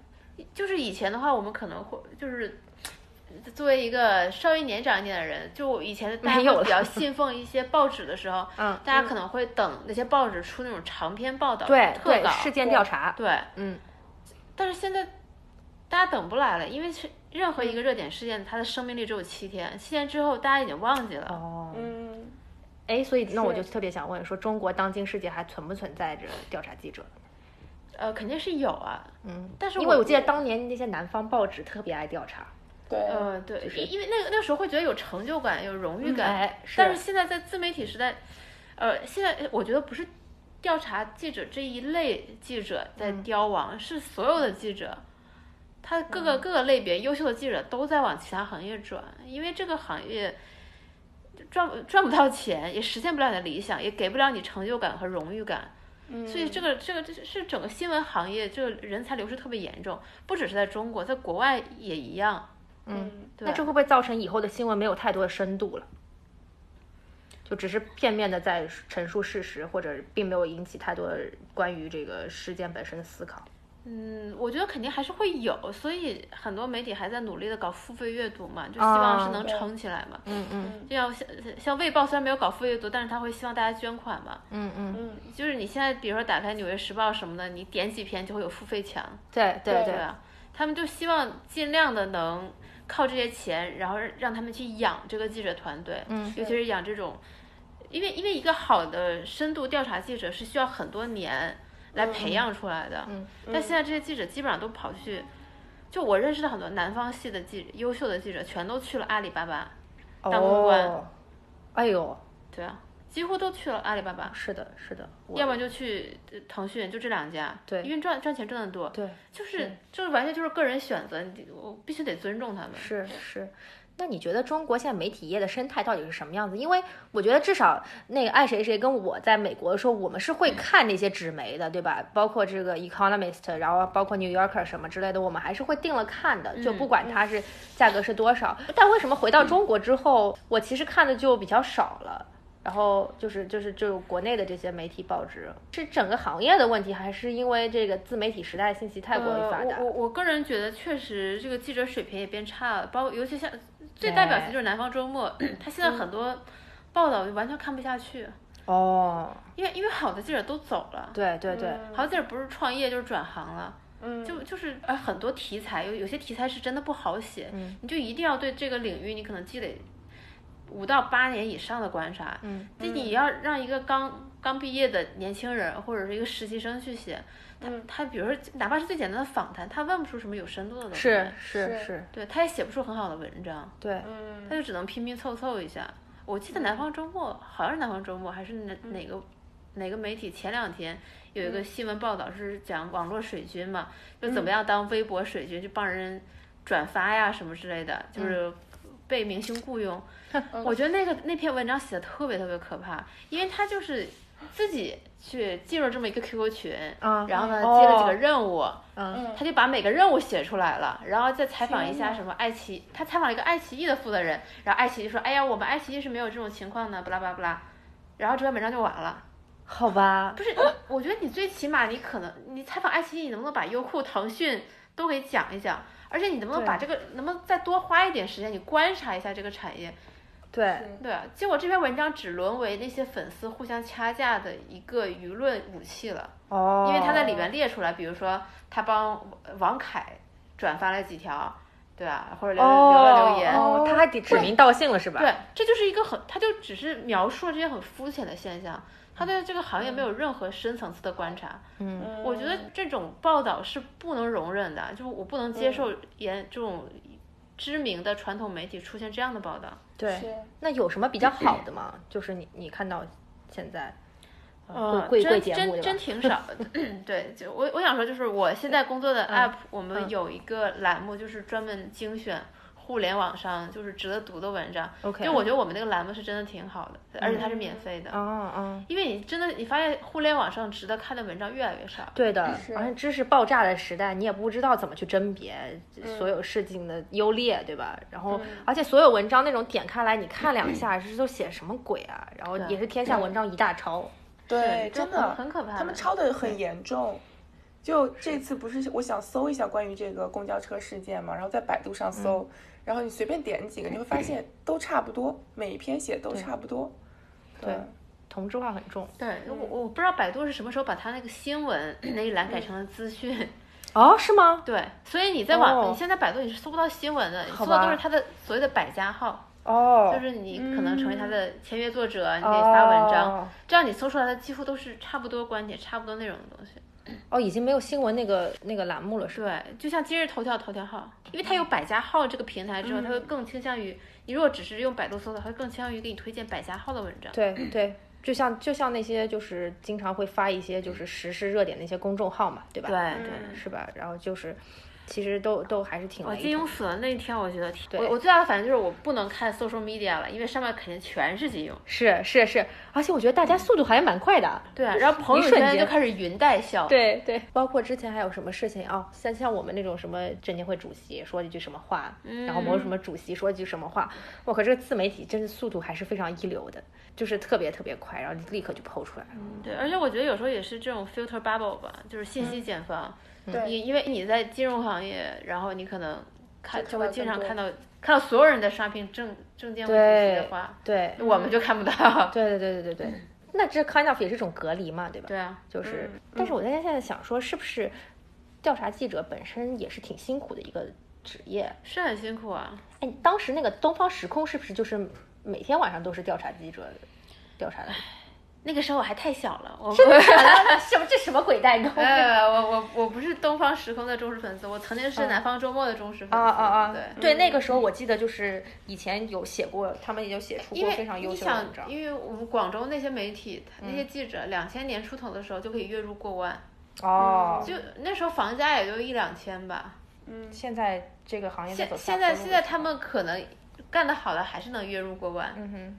就是以前的话，我们可能会就是作为一个稍微年长一点的人，就我以前大
没
家
有
会
了
比较信奉一些报纸的时候，
嗯
大家可能会等那些报纸出那种长篇报道、
对
特
对
稿，
事件调查，
对，
嗯，
但是现在大家等不来了，因为是任何
嗯
一个热点事件，它的生命力只有七天，七天之后大家已经忘记了。
哦，
嗯，
哎，所以那我
是
就特别想问，说中国当今世界还存不存在着调查记者？
呃，肯定是有啊，
嗯，
但是
因为我记得当年那些南方报纸特别爱调查，
对，
呃，对，因因为那个那个时候会觉得有成就感、有荣誉
嗯
感，
哎是
但是现在在自媒体时代，呃，现在我觉得不是调查记者这一类记者在凋亡，是所有的记者，他各个、各个类别优秀的记者都在往其他行业转，因为这个行业。赚赚不到钱，也实现不了你的理想，也给不了你成就感和荣誉感，所以这个这个这是整个新闻行业这个人才流失特别严重，不只是在中国，在国外也一样。
嗯，
对
那这会不会造成以后的新闻没有太多的深度了？就只是片面的在陈述事实，或者并没有引起太多的关于这个事件本身的思考。
嗯，我觉得肯定还是会有，所以很多媒体还在努力的搞付费阅读嘛，就希
啊
望是能
对
撑起来嘛。
嗯嗯
就像像像《卫报》虽然没有搞付费阅读，但是他会希望大家捐款嘛。
嗯嗯，
嗯，
就是你现在比如说打开《纽约时报》什么的，你点几篇就会有付费墙，
对对
对
对
对吧？他们就希望尽量的能靠这些钱，然后让他们去养这个记者团队，
嗯
尤其是养这种，因为因为一个好的深度调查记者是需要很多年来培养出来的，
嗯
但现在这些记者基本上都跑去，就我认识的很多南方系的记优秀的记者，全都去了阿里巴巴，当公关
哦，哎呦，
对啊，几乎都去了阿里巴巴，
是的，是的，我
要么就去呃腾讯，就这两家，
对
因为赚赚钱赚得多，
对，
就是就是完全就是个人选择，你我必须得尊重他们，
是是。那你觉得中国现在媒体业的生态到底是什么样子？因为我觉得至少那个爱谁谁跟我在美国的时候，我们是会
嗯
看那些纸媒的，对吧？包括这个 Economist，然后包括 New Yorker 什么之类的，我们还是会定了看的，
嗯
就不管它是价格是多少。但为什么回到中国之后，我其实看的就比较少了？然后就是就是就是国内的这些媒体报纸，是整个行业的问题，还是因为这个自媒体时代信息太过于
呃
发达？
我我我个人觉得，确实这个记者水平也变差了，包括尤其像最代表性就是《南方周 末》，他现在
嗯
很多报道就完全看不下去，
哦，
因为因为好的记者都走了，
对对对，
好的记者不是创业就是转行了。
嗯
就就是呃很多题材有有些题材是真的不好写，
嗯
你就一定要对这个领域你可能积累五到八年以上的观察，
嗯，
这你要让一个刚刚毕业的年轻人或者是一个实习生去写，他、
嗯
他比如说哪怕是最简单的访谈，他问不出什么有深度的东西，
是是
是
是，
对，他也写不出很好的文章，
对，
嗯
他就只能拼拼凑凑一下。我记得南方周末好像是南方周末还是哪哪个哪个媒体前两天有一个新闻报道是讲网络水军嘛，就怎么样当微博水军，就帮人转发呀什么之类的，就是被明星雇佣。我觉得那个那篇文章写的特别特别可怕，因为他就是自己去进入这么一个 QQ 群，
啊
然后呢
哦
接了几个任务，
嗯
嗯
他就把每个任务写出来了，然后再采访一下什么爱奇艺，他采访了一个爱奇艺的负责人，然后爱奇艺说，哎呀，我们爱奇艺是没有这种情况的，不啦不啦不啦，然后这篇文章就完了。
好吧，
不是，我我觉得你最起码你可能你采访爱奇艺，你能不能把优酷、腾讯都给讲一讲？而且你能不能
对
把这个，能不能再多花一点时间，你观察一下这个产业？
对，
对啊，结果这篇文章只沦为那些粉丝互相掐架的一个舆论武器了。
哦，
因为他在里面列出来，比如说他帮王凯转发了几条，对吧？或者留了留了留言，
哦，他还得指名道姓了是吧？
对，这就是一个很，他就只是描述了这些很肤浅的现象，他对这个行业没有任何深层次的观察。
嗯，
我觉得这种报道是不能容忍的，就是我不能接
嗯
受严这种知名的传统媒体出现这样的报道。
对。
是
那有什么比较好的吗？ 就是你你看到现在，
呃
贵贵
真
节目对
真
吧
真挺少的。嗯对，就我我想说，就是我现在工作
嗯
的 app，、我们有一个栏目就是专门精选互联网上就是值得读的文章。
OK
就我觉得我们那个栏目是真的挺好的，而且它是免费的。
啊啊，
因为你真的，你发现互联网上值得看的文章越来越少。
对的，
是
而且知识爆炸的时代，你也不知道怎么去甄别
嗯
所有事情的优劣，对吧？然后，而且所有文章那种点开来，你看两下，这都写什么鬼啊？然后
对
也是天下文章一大抄，
对，
就
真的
很很可怕
他们
的
抄的很严重。就这次不是我想搜一下关于这个公交车事件嘛，然后在百度上搜，然后你随便点几个，你会发现都差不多，每一篇写的都差不多。嗯对
同质化很重。
对，我我不知道百度是什么时候把它那个新闻那一栏改成了资讯。
哦，是吗？
对，所以你在网，
哦
你现在百度你是搜不到新闻的，你
好
搜的
吧
都是它的所谓的百家号。
哦，
就是你可能成为他的签约作者，你
哦
得发文章，这样你搜出来的几乎都是差不多观点、差不多内容的东西。
哦，已经没有新闻那个那个栏目了，是吧？
对，就像今日头条、头条号，嗯因为它有百家号这个平台之后，它会更倾向于你如果只是用百度搜的，它会更倾向于给你推荐百家号的文章。
对对，就像就像那些就是经常会发一些就是时事热点的一些公众号嘛，对吧？
对对。
嗯
是吧？然后就是，其实都都还是挺
我
雷
金
同
庸
的
死了那一天，我觉得挺
对
我我最大的反应就是我不能看 social media 了，因为上面肯定全是金庸。
是是是，而且我觉得大家速度还蛮快的。
对啊，然后朋
一
友
瞬
圈就
间
开始云带笑。
对对，包括之前还有什么事情啊、像像我们那种什么证监会主席说一句什么话，
嗯
然后某什么主席说一句什么话，我靠，这个自媒体真是速度还是非常一流的，就是特别特别快，然后立刻就抛出来了。
对，而且我觉得有时候也是这种 filter bubble 吧，就是信息茧房。
嗯
对
你因为你在金融行业，然后你可能看
就
就
看到
会经常
更多
看到看到所有人在刷屏证证监会主席
对嗯
的话，嗯
对
我们就看不到。
对对对对对对，那这 kind of 也是一种隔离嘛，对吧？
对啊，
就是，但是我在现在想说，是不是调查记者本身也是挺辛苦的一个职业？
是很辛苦啊。
哎，当时那个东方时空是不是就是每天晚上都是调查记者调查的？
那个时候我还太小了，我
真的假的？什么这什么鬼代沟？
没有没有没有我我我不是东方时空的忠实粉丝，我曾经是南方周末的忠实粉丝。
嗯啊啊啊！
对。嗯
对，那个时候我记得就是以前有写过，他们也有写出
因
过
为
非常优
你
秀的
想
文，章。嗯
因为我们广州那些媒体，他那些记者，两千年出头的时候就可以月入过万，
哦，
嗯就那时候房价也就一两千吧。
嗯
现在这个行业在
现
走下
现在
坡路
现在
了
他们可能干得好的还是能月入过万，
嗯哼，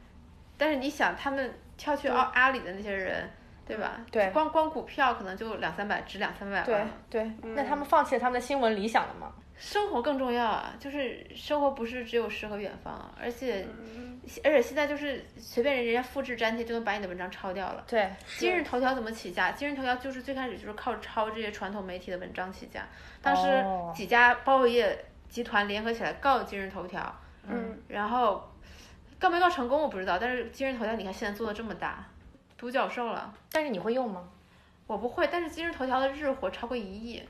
但是你想他们跳去阿阿里的那些人，对吧？
嗯对
光光股票可能就两三百，值两三百万。
对对，
嗯
那他们放弃了他们的新闻理想了吗？
生活更重要啊！就是生活不是只有诗和远方啊，而且、
嗯
而且现在就是随便人人家复制粘贴就能把你的文章抄掉了。
对，
今日头条怎么起家？今日头条就是最开始就是靠抄这些传统媒体的文章起家。当时
哦
几家报业集团联合起来告今日头条，
嗯，
然后告没告成功我不知道，但是今日头条你看现在做的这么大，独角兽了，
但是你会用吗？
嗯我不会，但是今日头条的日活超过一亿，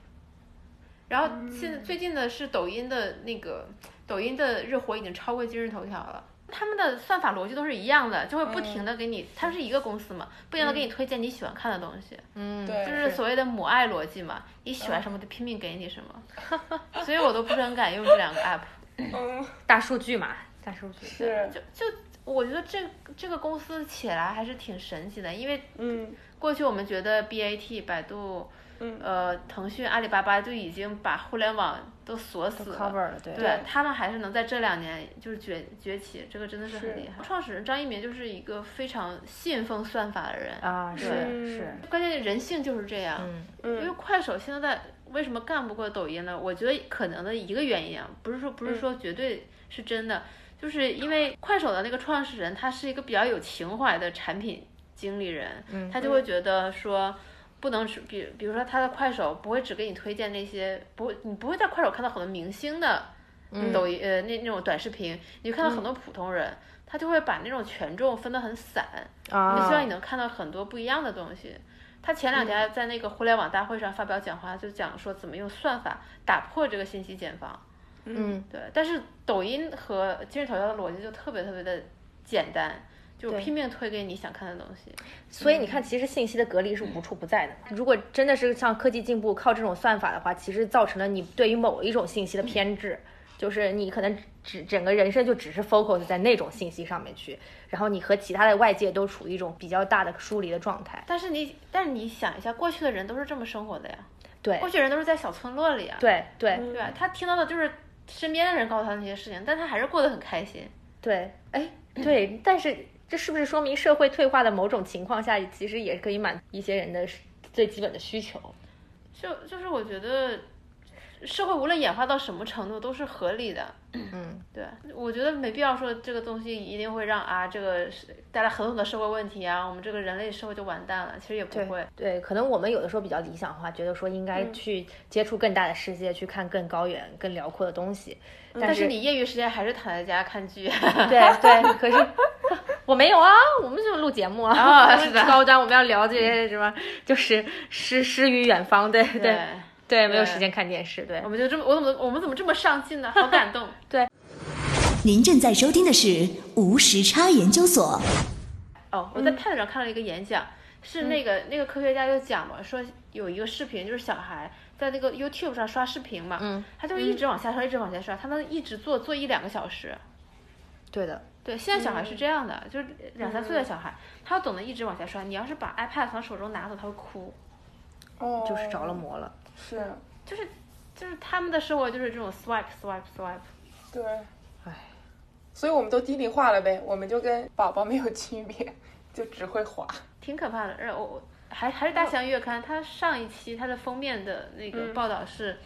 然后现在最近的是抖音的那个抖音的日活已经超过今日头条了。他们的算法逻辑都是一样的，就会不停的给你，他们是一个公司嘛，不停的给你推荐你喜欢看的东西，
嗯，
对，
就是所谓的母爱逻辑嘛，你喜欢什么就拼命给你什么， 所以我都不是很敢用这两个 app。
嗯
大数据嘛，大数据
是
就就我觉得这这个公司起来还是挺神奇的，因为
嗯
过去我们觉得 BAT、百度、
嗯
呃腾讯、阿里巴巴就已经把互联网都锁死了。
cover 了，对
对他们还是能在这两年就是崛崛起，这个真的是
是
很厉害。创始人张一鸣就是一个非常信奉算法的人，
啊，是
对
是，
关键人性就是这样。
嗯
因为
嗯
快手现在为什么干不过抖音呢？我觉得可能的一个原因啊，不是说不是说绝对是真的，就是因为快手的那个创始人他是一个比较有情怀的产品经理人，他就会觉得说。不能只比，比如说他的快手不会只给你推荐那些不，你不会在快手看到很多明星的
嗯
抖音、呃那那种短视频，你会看到很多普通人，他就会把那种权重分得很散，
啊，嗯
希望你能看到很多不一样的东西。他前两天在那个互联网大会上发表讲话，就讲说怎么用算法打破这个信息茧房。
嗯
对，但是抖音和今日头条的逻辑就特别特别的简单，就是
对
拼命推给你想看的东西。
所以你看，其实信息的隔离是无处不在的。如果真的是像科技进步靠这种算法的话，其实造成了你对于某一种信息的偏执，就是你可能只整个人生就只是 focus 在那种信息上面去，然后你和其他的外界都处于一种比较大的疏离的状态。
但是你，但是你想一下，过去的人都是这么生活的呀，
对
过去人都是在小村落里啊，
对对
对吧？他听到的就是身边的人告诉他那些事情，但他还是过得很开心。
对，哎对，但是这是不是说明社会退化的某种情况下，其实也可以满足一些人的最基本的需求？
就就是我觉得，社会无论演化到什么程度都是合理的。
嗯，
对，我觉得没必要说这个东西一定会让啊这个是带来很多的社会问题啊，我们这个人类社会就完蛋了。其实也不会。嗯
对，可能我们有的时候比较理想化，觉得说应该去接触更大的世界，去看更高远、更辽阔的东西。但
嗯但
是
是你业余时间还是躺在家看剧。
对对，可 是我没有啊，我们就录节目啊，
啊是的
高端，我们要聊这些什么，就是诗诗与远方，对对对没有时
对
间看电视，对
我们就这么，我怎么我们怎么这么上进呢？好感 动。
您正在收听的是无时差研究所。
哦，我在
嗯
Pad 上看了一个演讲，是那个那个科学家就讲嘛，说有一个视频，就是小孩在那个 YouTube 上刷视频嘛，
嗯，
他就一直往下刷，一直往下刷，他能一直做做一两个小时。
对的，
对，现在小孩是这样的，就是两三岁的小孩，他懂得一直往下刷。你要是把 iPad 从手中拿走，他会哭。
哦，
就是着了魔了。
是，
就是就是他们的生活就是这种 swipe swipe swipe。
对，
唉，
所以我们都低龄化了呗，我们就跟宝宝没有区别，就只会滑。
挺可怕的。然后我我还还是大象月刊，它上一期它的封面的那个报道是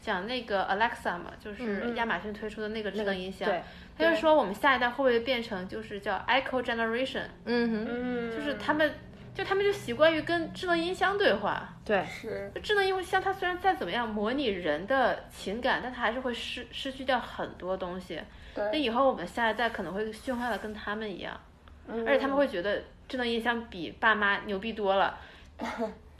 讲那个 Alexa 嘛，就是亚马逊推出的那个智能音箱
对，
他就说我们下一代会不会变成就是叫 Echo Generation，
嗯哼，
嗯，
就是他们就他们就习惯于跟智能音箱对话。
对
是
就智能音箱它虽然再怎么样模拟人的情感，但它还是会失失去掉很多东西。那
对，
以后我们下一代可能会驯化的跟他们一样，
嗯
而且他们会觉得智能音箱比爸妈牛逼多 了。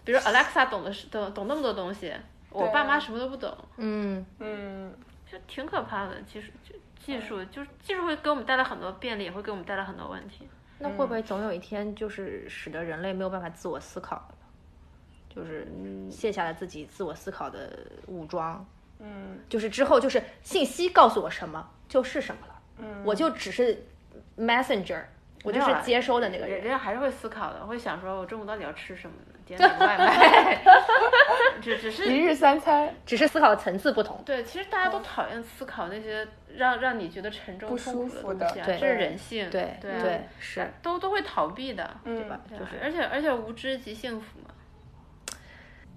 比如 Alexa 懂的是懂懂那么多东西，我
对
爸妈什么都不懂，
嗯，
嗯，
就挺可怕的。技术就技术就是技术会给我们带来很多便利，也会给我们带来很多问题。
那会不
嗯
会总有一天就是使得人类没有办法自我思考了？就是嗯卸下了自己自我思考的武装，
嗯，
就是之后就是信息告诉我什么就是什么了，
嗯
我就只是 messenger，我就
没有
是
了
接收的那个
人
人。
家还是会思考的，会想说我中午到底要吃什么呢？点点 外卖， 只只是
一日三餐
只是思考的层次不同。
对，其实大家都讨厌思考那些让让你觉得沉重
嗯不
痛
舒
苦的
服
东
的
西啊，
对
这是人性，
对
对啊
对是，
都都会逃避的，
对
吧？
对啊
就是，
而且而且无知即幸福嘛，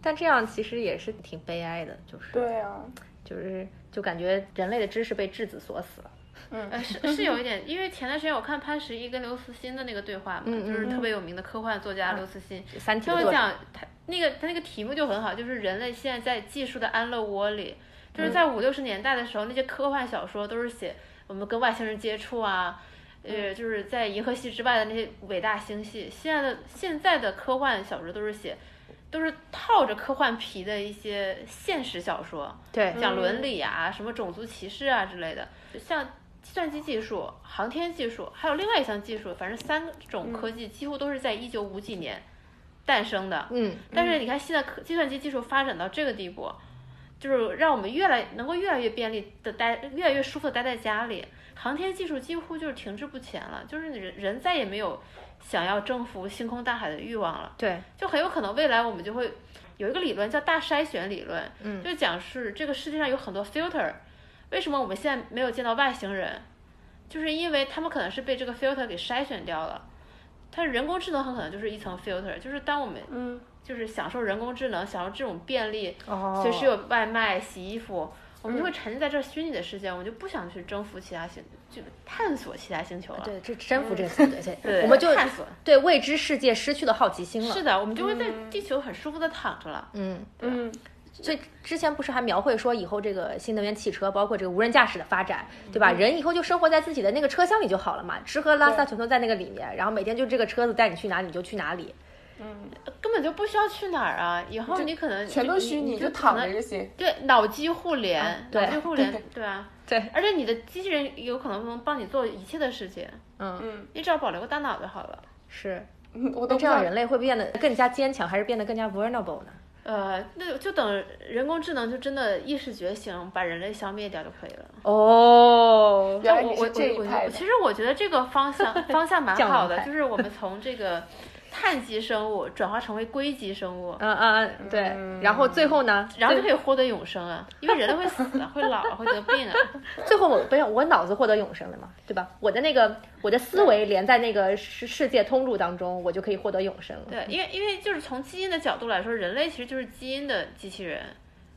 但这样其实也是挺悲哀的，就是
对啊，
就是就感觉人类的知识被质子锁死了。
呃，是是有一点，因为前段时间我看潘石屹跟刘慈欣的那个对话嘛，
嗯
就是
嗯啊
特别有名的科幻作家刘慈欣，
《三体》
他
的
会
作者，
讲他那个他那个题目就很好，就是人类现在在技术的安乐窝里，
嗯
就是在五六十年代的时候，那些科幻小说都是写我们跟外星人接触啊。
嗯
呃，就是在银河系之外的那些伟大星系，现在的现在的科幻小说都是写，都是套着科幻皮的一些现实小说，
对
讲伦理啊、什么种族歧视啊之类的。像计算机技术、航天技术，还有另外一项技术，反正三种科技几乎都是在一九五几年诞生的。
嗯，
但是你看，现在科计算机技术发展到这个地步，就是让我们越来能够越来越便利的待，越来越舒服的待在家里。航天技术几乎就是停滞不前了，就是人人再也没有想要征服星空大海的欲望了。
对，
就很有可能未来我们就会有一个理论叫大筛选理论，嗯，就讲是这个世界上有很多 filter，为什么我们现在没有见到外星人，就是因为他们可能是被这个 filter 给筛选掉了。它人工智能很可能就是一层 filter，就是当我们
嗯
就是享受人工智能，享受这种便利，
哦嗯
随时有外卖、洗衣服，我们就会沉浸在这虚拟的世界，我们就不想去征服其他星，就探索其他星球了。
对，这征服这个 词，对
对
我们就嗯
探索
对未知世界失去了好奇心了。
是的，我们就会在地球很舒服的躺着了。
嗯，
嗯，
所以之前不是还描绘说以后这个新能源汽车，包括这个无人驾驶的发展，对吧？人以后就生活在自己的那个车厢里就好了嘛，吃喝拉撒全都在那个里面，然后每天就这个车子带你去哪里你就去哪里。
嗯，
根本就不需要去哪儿啊。以后
就
你可能
全都虚拟，就
就可
躺
能
着就行。
对，脑机互联，
对
脑机互
对
联
对，
对啊，
对，
而且你的机器人有可能能帮你做一切的事情，
嗯，
嗯，
你只要保留个大脑就好了。
是。
嗯我
那
都不知
这
道
样人类会变得更加坚强，还是变得更加 vulnerable 呢？
呃，那就等人工智能就真的意识觉醒，把人类消灭掉就可以了。
哦，
原来
我
哎你
我
是这
我
一派
我
的
其。实我觉得这个 方向方向蛮
降
好
临
的，
派
就是我们从这个碳基生物转化成为硅基生物，
嗯嗯嗯，对。然后最后呢？
然后就
最
可以获得永生啊，因为人类会死啊，会老啊，会得病啊。
最后我不是我脑子获得永生了嘛，对吧？我的那个我的思维连在那个世世界通路当中，我就可以获得永生了。
对，因为因为就是从基因的角度来说，人类其实就是基因的机器人，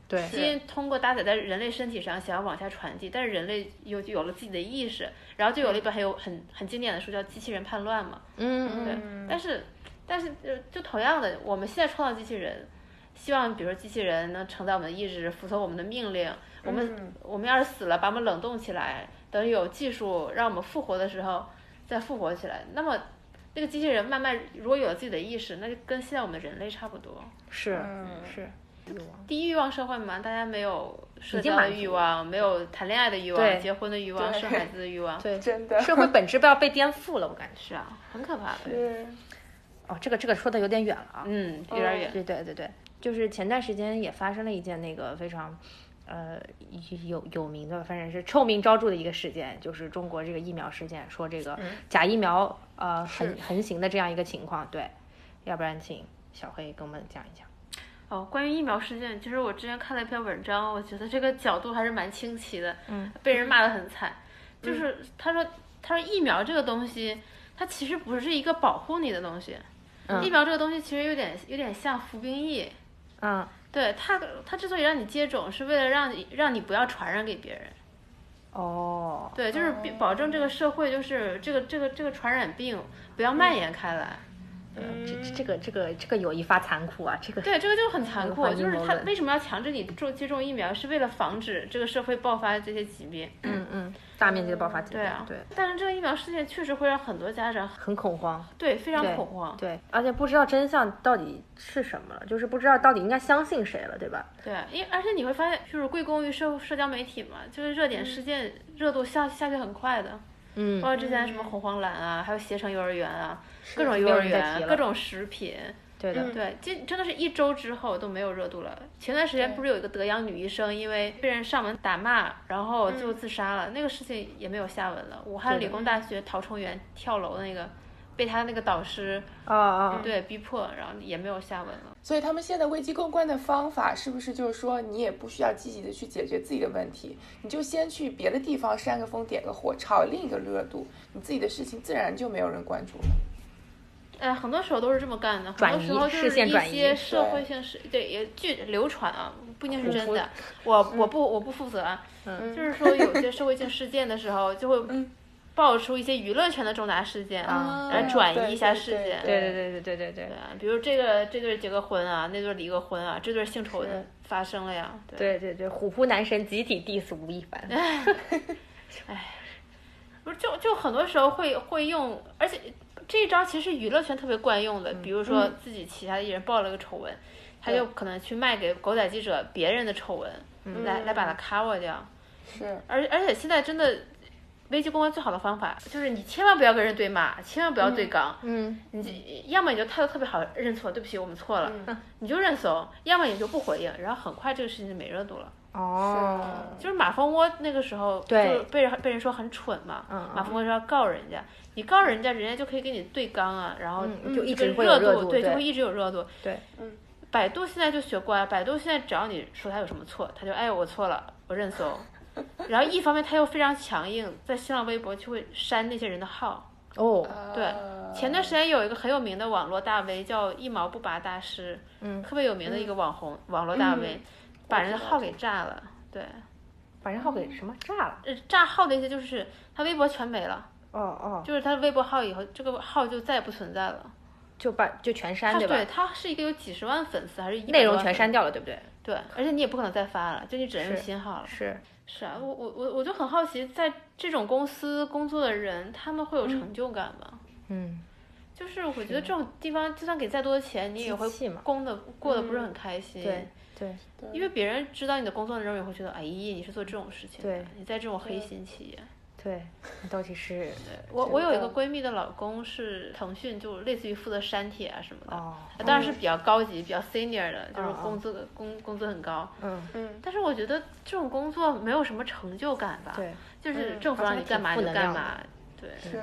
对
基因通过搭载在人类身体上，想要往下传递，但是人类有有了自己的意识，然后就有了一本很有很很经典的书叫《机器人叛乱》嘛。
嗯
对，
嗯
但是但是就就同样的，我们现在创造机器人，希望比如说机器人能承载我们的意志，服从我们的命令。我们、
嗯
我们要是死了，把我们冷冻起来，等有技术让我们复活的时候再复活起来，那么。那个机器人慢慢如果有了自己的意识，那就跟现在我们人类差不多。
是
嗯
是。
低欲望社会嘛，大家没有社
已经
交的
满足
欲望，没有谈恋爱的欲
对
望，结婚的欲望，
对
生孩子的欲望，
对，
真的
社会本质不要被颠覆了，我感觉。
是啊，很可怕的。
是
哦，这个这个说的有点远了啊。
嗯，有点远。
对对对对，就是前段时间也发生了一件那个非常，呃，有有名的，反正是臭名昭著的一个事件，就是中国这个疫苗事件，说这个假疫苗呃横横行的这样一个情况。对，要不然请小黑给我们讲一讲。
哦，关于疫苗事件，就是我之前看了一篇文章，我觉得这个角度还是蛮清奇的，
嗯，
被人骂得很惨。就是他说，他说疫苗这个东西，它其实不是一个保护你的东西，
嗯
疫苗这个东西其实有点有点像服兵役，
嗯，
对它它之所以让你接种，是为了让你让你不要传染给别人。
哦，
对，就是比保证这个社会就是这个这个这个传染病不要蔓延开来。
嗯这这这个这个这个有一发残酷啊，这个
对，这个就很残酷，
嗯
就是
阴谋
他
论
为什么要强制你种接种疫苗，是为了防止这个社会爆发这些疾病。
嗯嗯，大面积的爆发疾病，
对啊，
对，
但是这个疫苗事件确实会让很多家长
很恐慌。
对非常
对
恐慌。
对，而且不知道真相到底是什么了，就是不知道到底应该相信谁了，对吧？
对，因为而且你会发现，就是归功于社社交媒体嘛，就是热点事件热度下下去很快的，
嗯
包括之前什么红黄蓝啊，还有携程幼儿园啊，各种
没
幼
有
儿
人再提
园，
了
各种食品，
对的，
嗯
对，这真的是一周之后都没有热度了。前段时间
对
不是有一个德阳女医生因为被人上门打骂，然后最后自杀了，那个事情也没有下文了。武汉
嗯对的
理工大学陶崇元跳楼那个，被他那个导师
哦哦，
对逼迫，然后也没有下文了。
所以他们现在危机公关的方法是不是就是说，你也不需要积极的去解决自己的问题，你就先去别的地方煽个风、点个火，炒另一个热度，你自己的事情自然就没有人关注了。
哎，很多时候都是这么干的，很
转
多
移
时候就
视
是
线
一
转移
些社
对
会性事，对，也据流传啊，不一定是真
我
的。
嗯
我我不我不负责啊，就是说有些社会性事件的时候，就会爆出一些娱乐圈的重大事件，
嗯啊
然后转移一下
对对
视线。
对对对对对对对
对啊，比如这个这对儿结个婚啊，那对儿离个婚啊，这对儿性丑闻发生了呀。对，
对对对，虎扑男神集体 diss 吴亦凡，
不是就就很多时候会会用，而且这一招其实娱乐圈特别惯
嗯
用的，比如说自己旗下的艺人爆了个丑闻，他就可能去卖给狗仔记者别人的丑闻，
嗯
来来把它 cover 掉。
是，
而而且现在真的。危机公关最好的方法就是你千万不要跟人对骂，千万不要对刚，
嗯，
你就要么你就态度特别好认错，对不起我们错了，
嗯
你就认怂；要么你就不回应，然后很快这个事情就没热度了。
哦，
就是马蜂窝那个时候，
对
就是被人被人说很蠢嘛，
嗯
马蜂窝就要告人家，你告人家，人家就可以跟你对刚啊，然后
嗯
这
就
个
一直会有
热
热度
对，
对
就会一直有热度。
对，
嗯，
百度现在就学乖，百度现在只要你说他有什么错，他就哎我错了，我认怂。 然后一方面他又非常强硬，在新浪微博就会删那些人的号。
哦，
对
啊
前段时间有一个很有名的网络大 V 叫一毛不拔大师，
嗯
特别有名的一个网红、网络大 V，、把人的
知道
号给炸了，对。
把人号给什么炸了？
呃，炸号的意思就是他微博全没了，
哦哦，
就是他微博号以后这个号就再也不存在了。
就把就全删
他
对吧？
对他是一个有几十万粉丝还是一百
内容
万
全
粉
删掉了，对不对？
对，而且你也不可能再发了，就你只能用
是
新号了。
是，
是啊，我我我我就很好奇，在这种公司工作的人，他们会有成就感吗？
嗯，
就是我觉得这种地方，就算给再多的钱，你也会
机器嘛嗯
供的过得不是很开心。
对对
对
因为别人知道你的工作内容，也会觉得，哎，你是做这种事情的
对，
你在这种黑心企业。
对，到底是
我我有一个
的
闺蜜的老公是腾讯，就类似于负责删帖啊什么的，
哦
呃当然是比较高级、比较 senior 的，就是
嗯嗯
工资工工资很高。
嗯
嗯，
但是我觉得这种工作没有什么成就感吧，
对。
就是
嗯
政府
好
让
像
你干
挺
嘛
负
就
能
干
量的
嘛，对。
是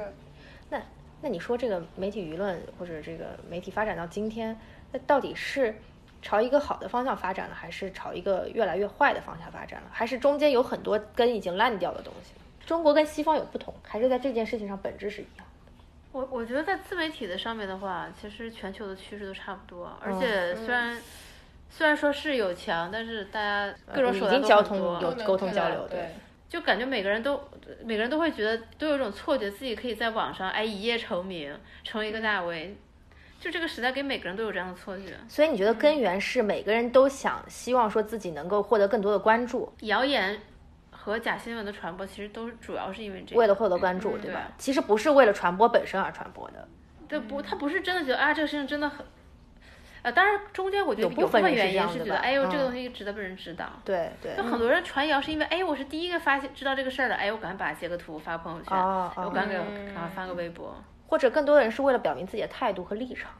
那那你说这个媒体舆论或者这个媒体发展到今天，那到底是朝一个好的方向发展了，还是朝一个越来越坏的方向发展了？还是中间有很多根已经烂掉的东西？中国跟西方有不同，还是在这件事情上本质是一样？
我我觉得在自媒体的上面的话，其实全球的趋势都差不多，而
嗯
且虽然、虽然说是有强，但是大家各种手
已
段
经
都
呃交
很
通
多
有
都能
沟通
看
交
到
流对
对，
就感觉每个人都每个人都会觉得都有一种错觉，自己可以在网上哎一夜成名，成为一个大 V。就这个时代给每个人都有这样的错觉，
所以你觉得
嗯
根源是每个人都想希望说自己能够获得更多的关注，
谣言和假新闻的传播其实都是主要是因为这个。
为了获得关注，对吧
嗯对？
其实不是为了传播本身而传播的，
对不，嗯他不是真的觉得啊这个事情真的很，呃，当然中间我觉得
有
有
部分人是
原
这
因
样
是
的
觉得
吧
哎呦这个
嗯
东西值得被人知道，
对对
就很多人传谣是因为，哎，我是第一个发现知道这个事儿的，哎，我赶紧把它截个图发朋友圈，
哦哦
我赶紧
嗯
给赶快发个微博。
或者更多的人是为了表明自己的态度和立场。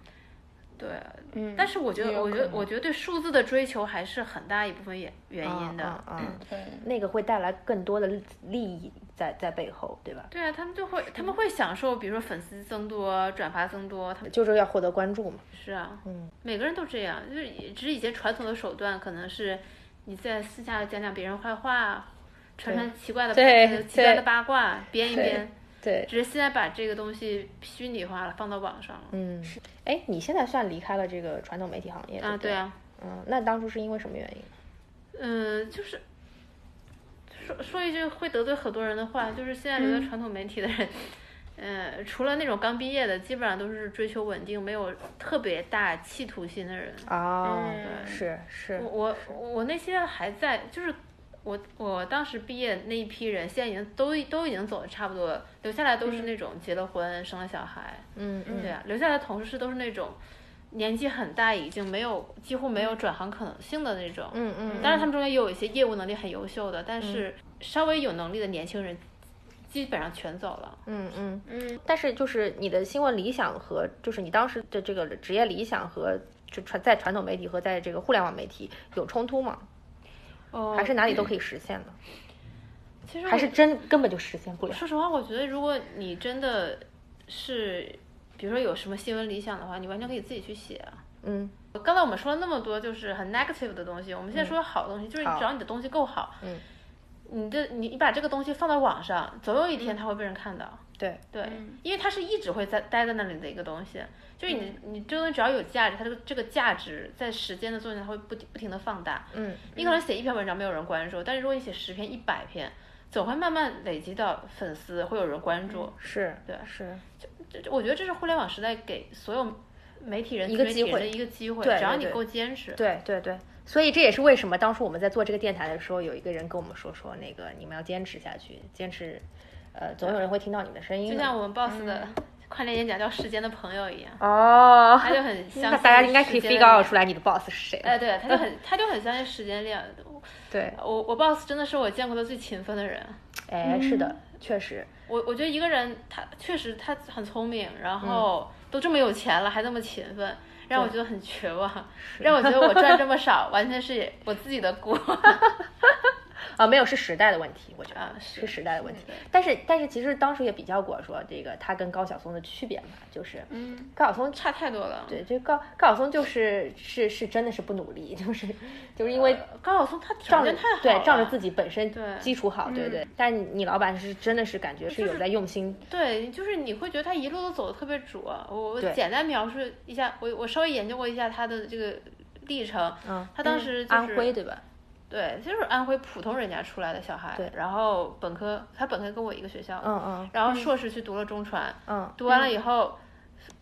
对，啊
嗯，
但是我觉
也
得，
有
我
可
觉得，
能
我觉得对数字的追求还是很大一部分原原因的。嗯
啊啊啊
对
那个会带来更多的利利益在在背后，对吧？
对啊，他们就会，他们会享受，比如说粉丝增多、转发增多，他们
就是要获得关注嘛。
是啊，
嗯，
每个人都这样，就是只是以前传统的手段，可能是你在私下讲讲别人坏话，传传奇怪的
对
呃奇怪
对
的八卦，编一
对
编。
对，
只是现在把这个东西虚拟化了，放到网上了。
嗯，哎，你现在算离开了这个传统媒体行业
啊，
对
对啊。
不对，嗯，那当初是因为什么原因？
嗯，就是说说一句会得罪很多人的话，就是现在留在传统媒体的人，嗯，除了那种刚毕业的，基本上都是追求稳定、没有特别大企图心的人。
哦，
嗯
是是
我，我我那些还在，就是我我当时毕业那一批人，现在已经都都已经走的差不多了，留下来都是那种结了婚、生了小孩，
嗯嗯
对啊，留下来的同事都是那种年纪很大，已经没有几乎没有转行可能性的那种。
嗯嗯，
当然，他们中间也有一些业务能力很优秀的，但是稍微有能力的年轻人基本上全走了。
嗯嗯。
嗯，
但是就是你的新闻理想和就是你当时的这个职业理想和就传在传统媒体和在这个互联网媒体有冲突吗？
哦
还是哪里都可以实现的？
其实我
还是真根本就实现不了？
说实话，我觉得如果你真的是，比如说有什么新闻理想的话，你完全可以自己去写啊。
嗯
刚才我们说了那么多就是很 negative 的东西，我们现在说好东西，就是
好
只要你的东西够好，
嗯，
你的你你把这个东西放到网上，总有一
嗯
天它会被人看到。
对，
对，
嗯
因为它是一直会在待在那里的一个东西，就是你、
嗯
你这个东西只要有价值，它这个这个价值在时间的作用下它会不停不停的放大。
嗯
你可能写一篇文章没有人关注，但是如果你写十篇、一百篇，总会慢慢累积到粉丝，会有人关注。
是，
对
是。
这这我觉得这是互联网时代给所有媒体人、
一个
自媒体
机会
人的一个机会，
对
只要
对
你
对
够坚持。
对对对，所以这也是为什么当初我们在做这个电台的时候，有一个人跟我们说说那个你们要坚持下去，坚持，呃，总有人会听到你的声音的。
就像我们 boss 的 跨年演讲叫《时间的朋友》一 样，
哦，
他 就很相信
那大家应该可以
时
figure
间的力
out
量
出来你的 boss 是谁了。
哎，对，他就很，他就很相信时间力量。
对，
我我 boss 真的是我见过的最勤奋的人。
哎，是的，
嗯
确实，
我我觉得一个人他确实他很聪明，
嗯
然后都这么有钱了还那么勤奋，让我觉得很绝望， 让我觉得我赚这么少，完全是我自己的锅。
啊，没有是时代的问题，我觉得、
啊
是
是
时代的问题。但是但是其实当时也比较过说这个他跟高晓松的区别嘛，就是
嗯，
高晓松
差太多了。
对，这高高晓松就是是是真的是不努力，就是就是因为
高晓松他条
仗着
件太好了，
对仗着自己本身
对嗯
基础好，对对。但是你老板是真的是感觉是有在用心，
对，就是你会觉得他一路都走的特别拙。我我
对
简单描述一下，我我稍微研究过一下他的这个历程。
嗯，
他当时就是、
安徽对吧？
对，就是安徽普通人家出来的小孩，
对
然后本科他本科跟我一个学校，
嗯嗯
然后硕士去读了中传，
嗯
读完了以后，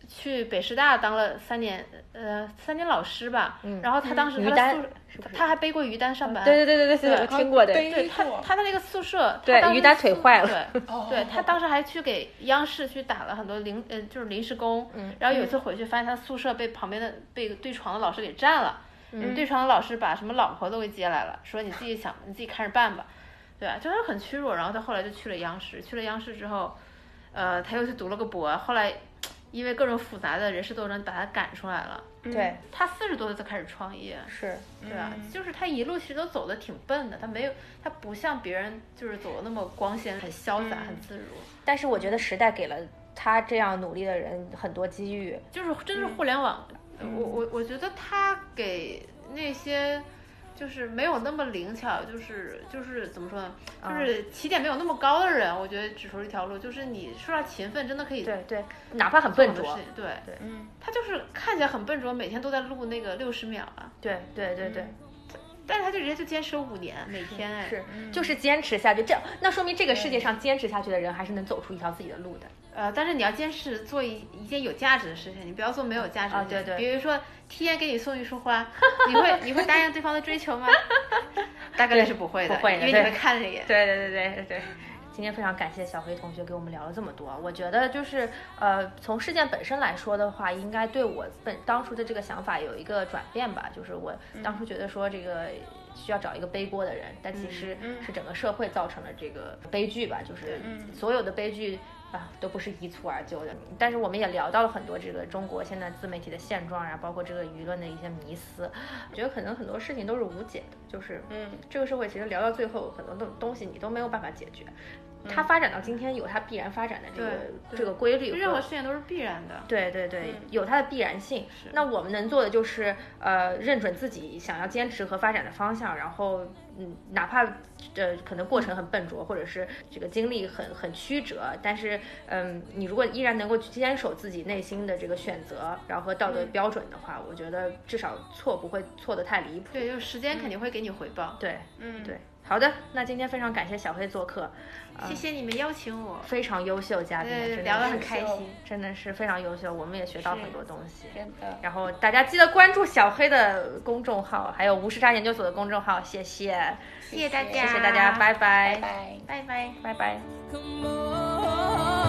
去北师大当了三年，呃，三年老师吧。
嗯
然后他当时
于
他的
丹
宿
是不，是
他还背过于丹上班。
对对对对
对
对，我听过的。
背
对他
过，
他的那个宿舍，
对
他当时
于丹腿坏了
对，
哦
对他当时还去给央视去打了很多临，呃，就是临时工。
嗯
然后有一次回去，发现他宿舍被旁边的被对床的老师给占了。
嗯
嗯对床的老师把什么老婆都给接来了，说你自己想，你自己看着办吧。对啊，就是很屈辱。然后他后来就去了央视，去了央视之后，呃，他又去读了个博，后来因为各种复杂的人事斗争把他赶出来了。
对，
他四十多岁才开始创业，
是
对吧？
嗯
就是他一路其实都走的挺笨的，他没有，他不像别人就是走的那么光鲜、很潇洒、
嗯
很自如，
但是我觉得时代给了他这样努力的人很多机遇。
就是真是互联网。我我我觉得他给那些就是没有那么灵巧，就是就是怎么说呢，就是起点没有那么高的人，我觉得指出一条路，就是你说到勤奋，真的可以
对对，哪怕很笨
做好
拙
的事。情对
嗯，
他就是看起来很笨拙，每天都在录那个六十秒啊，
对对对对，
但是他就直接就坚持了五年，每天哎。
嗯是就是坚持下去，这那说明这个世界上坚持下去的人还是能走出一条自己的路的。
呃，但是你要坚持做一一件有价值的事情，你不要做没有价值的
啊
事情。
对对
比如说 T N 给你送一束花， 你会你会答应对方的追求 吗？大概率是不会的，
不会的
因为
对
你会看着眼。
对对对对对。今天非常感谢小黑同学给我们聊了这么多，我觉得就是呃，从事件本身来说的话，应该对我本当初的这个想法有一个转变吧。就是我当初觉得说这个需要找一个背锅的人，但其实是整个社会造成了这个悲剧吧，就是所有的悲剧。啊，都不是一蹴而就的。但是我们也聊到了很多这个中国现在自媒体的现状啊，包括这个舆论的一些迷思。我觉得可能很多事情都是无解的，就是嗯，这个社会其实聊到最后，很多东东西你都没有办法解决。它发展到今天有它必然发展的这个
嗯对
这个规律和，
任何事情嗯都是必然的。
对对对，有它的必然性。那我们能做的就是，呃，认准自己想要坚持和发展的方向，然后，嗯，哪怕呃可能过程很笨拙，或者是这个经历很很曲折，但是，嗯，你如果依然能够坚守自己内心的这个选择，然后和道德
嗯
标准的话，我觉得至少错不会错得太离谱。
对，就是时间肯定会给你回报。
对，嗯，对。好的，那今天非常感谢小黑做客，
谢谢你们邀请我，
非常优秀嘉宾，嗯啊真
对，
的
聊得
是
很开心。
真的是非常优秀，我们也学到很多东西。
真的，
然后大家记得关注小黑的公众号，还有无时差研究所的公众号，谢谢，
谢谢大家，
谢谢大家，拜
拜
拜，
拜。
拜拜。
拜拜。
Come on.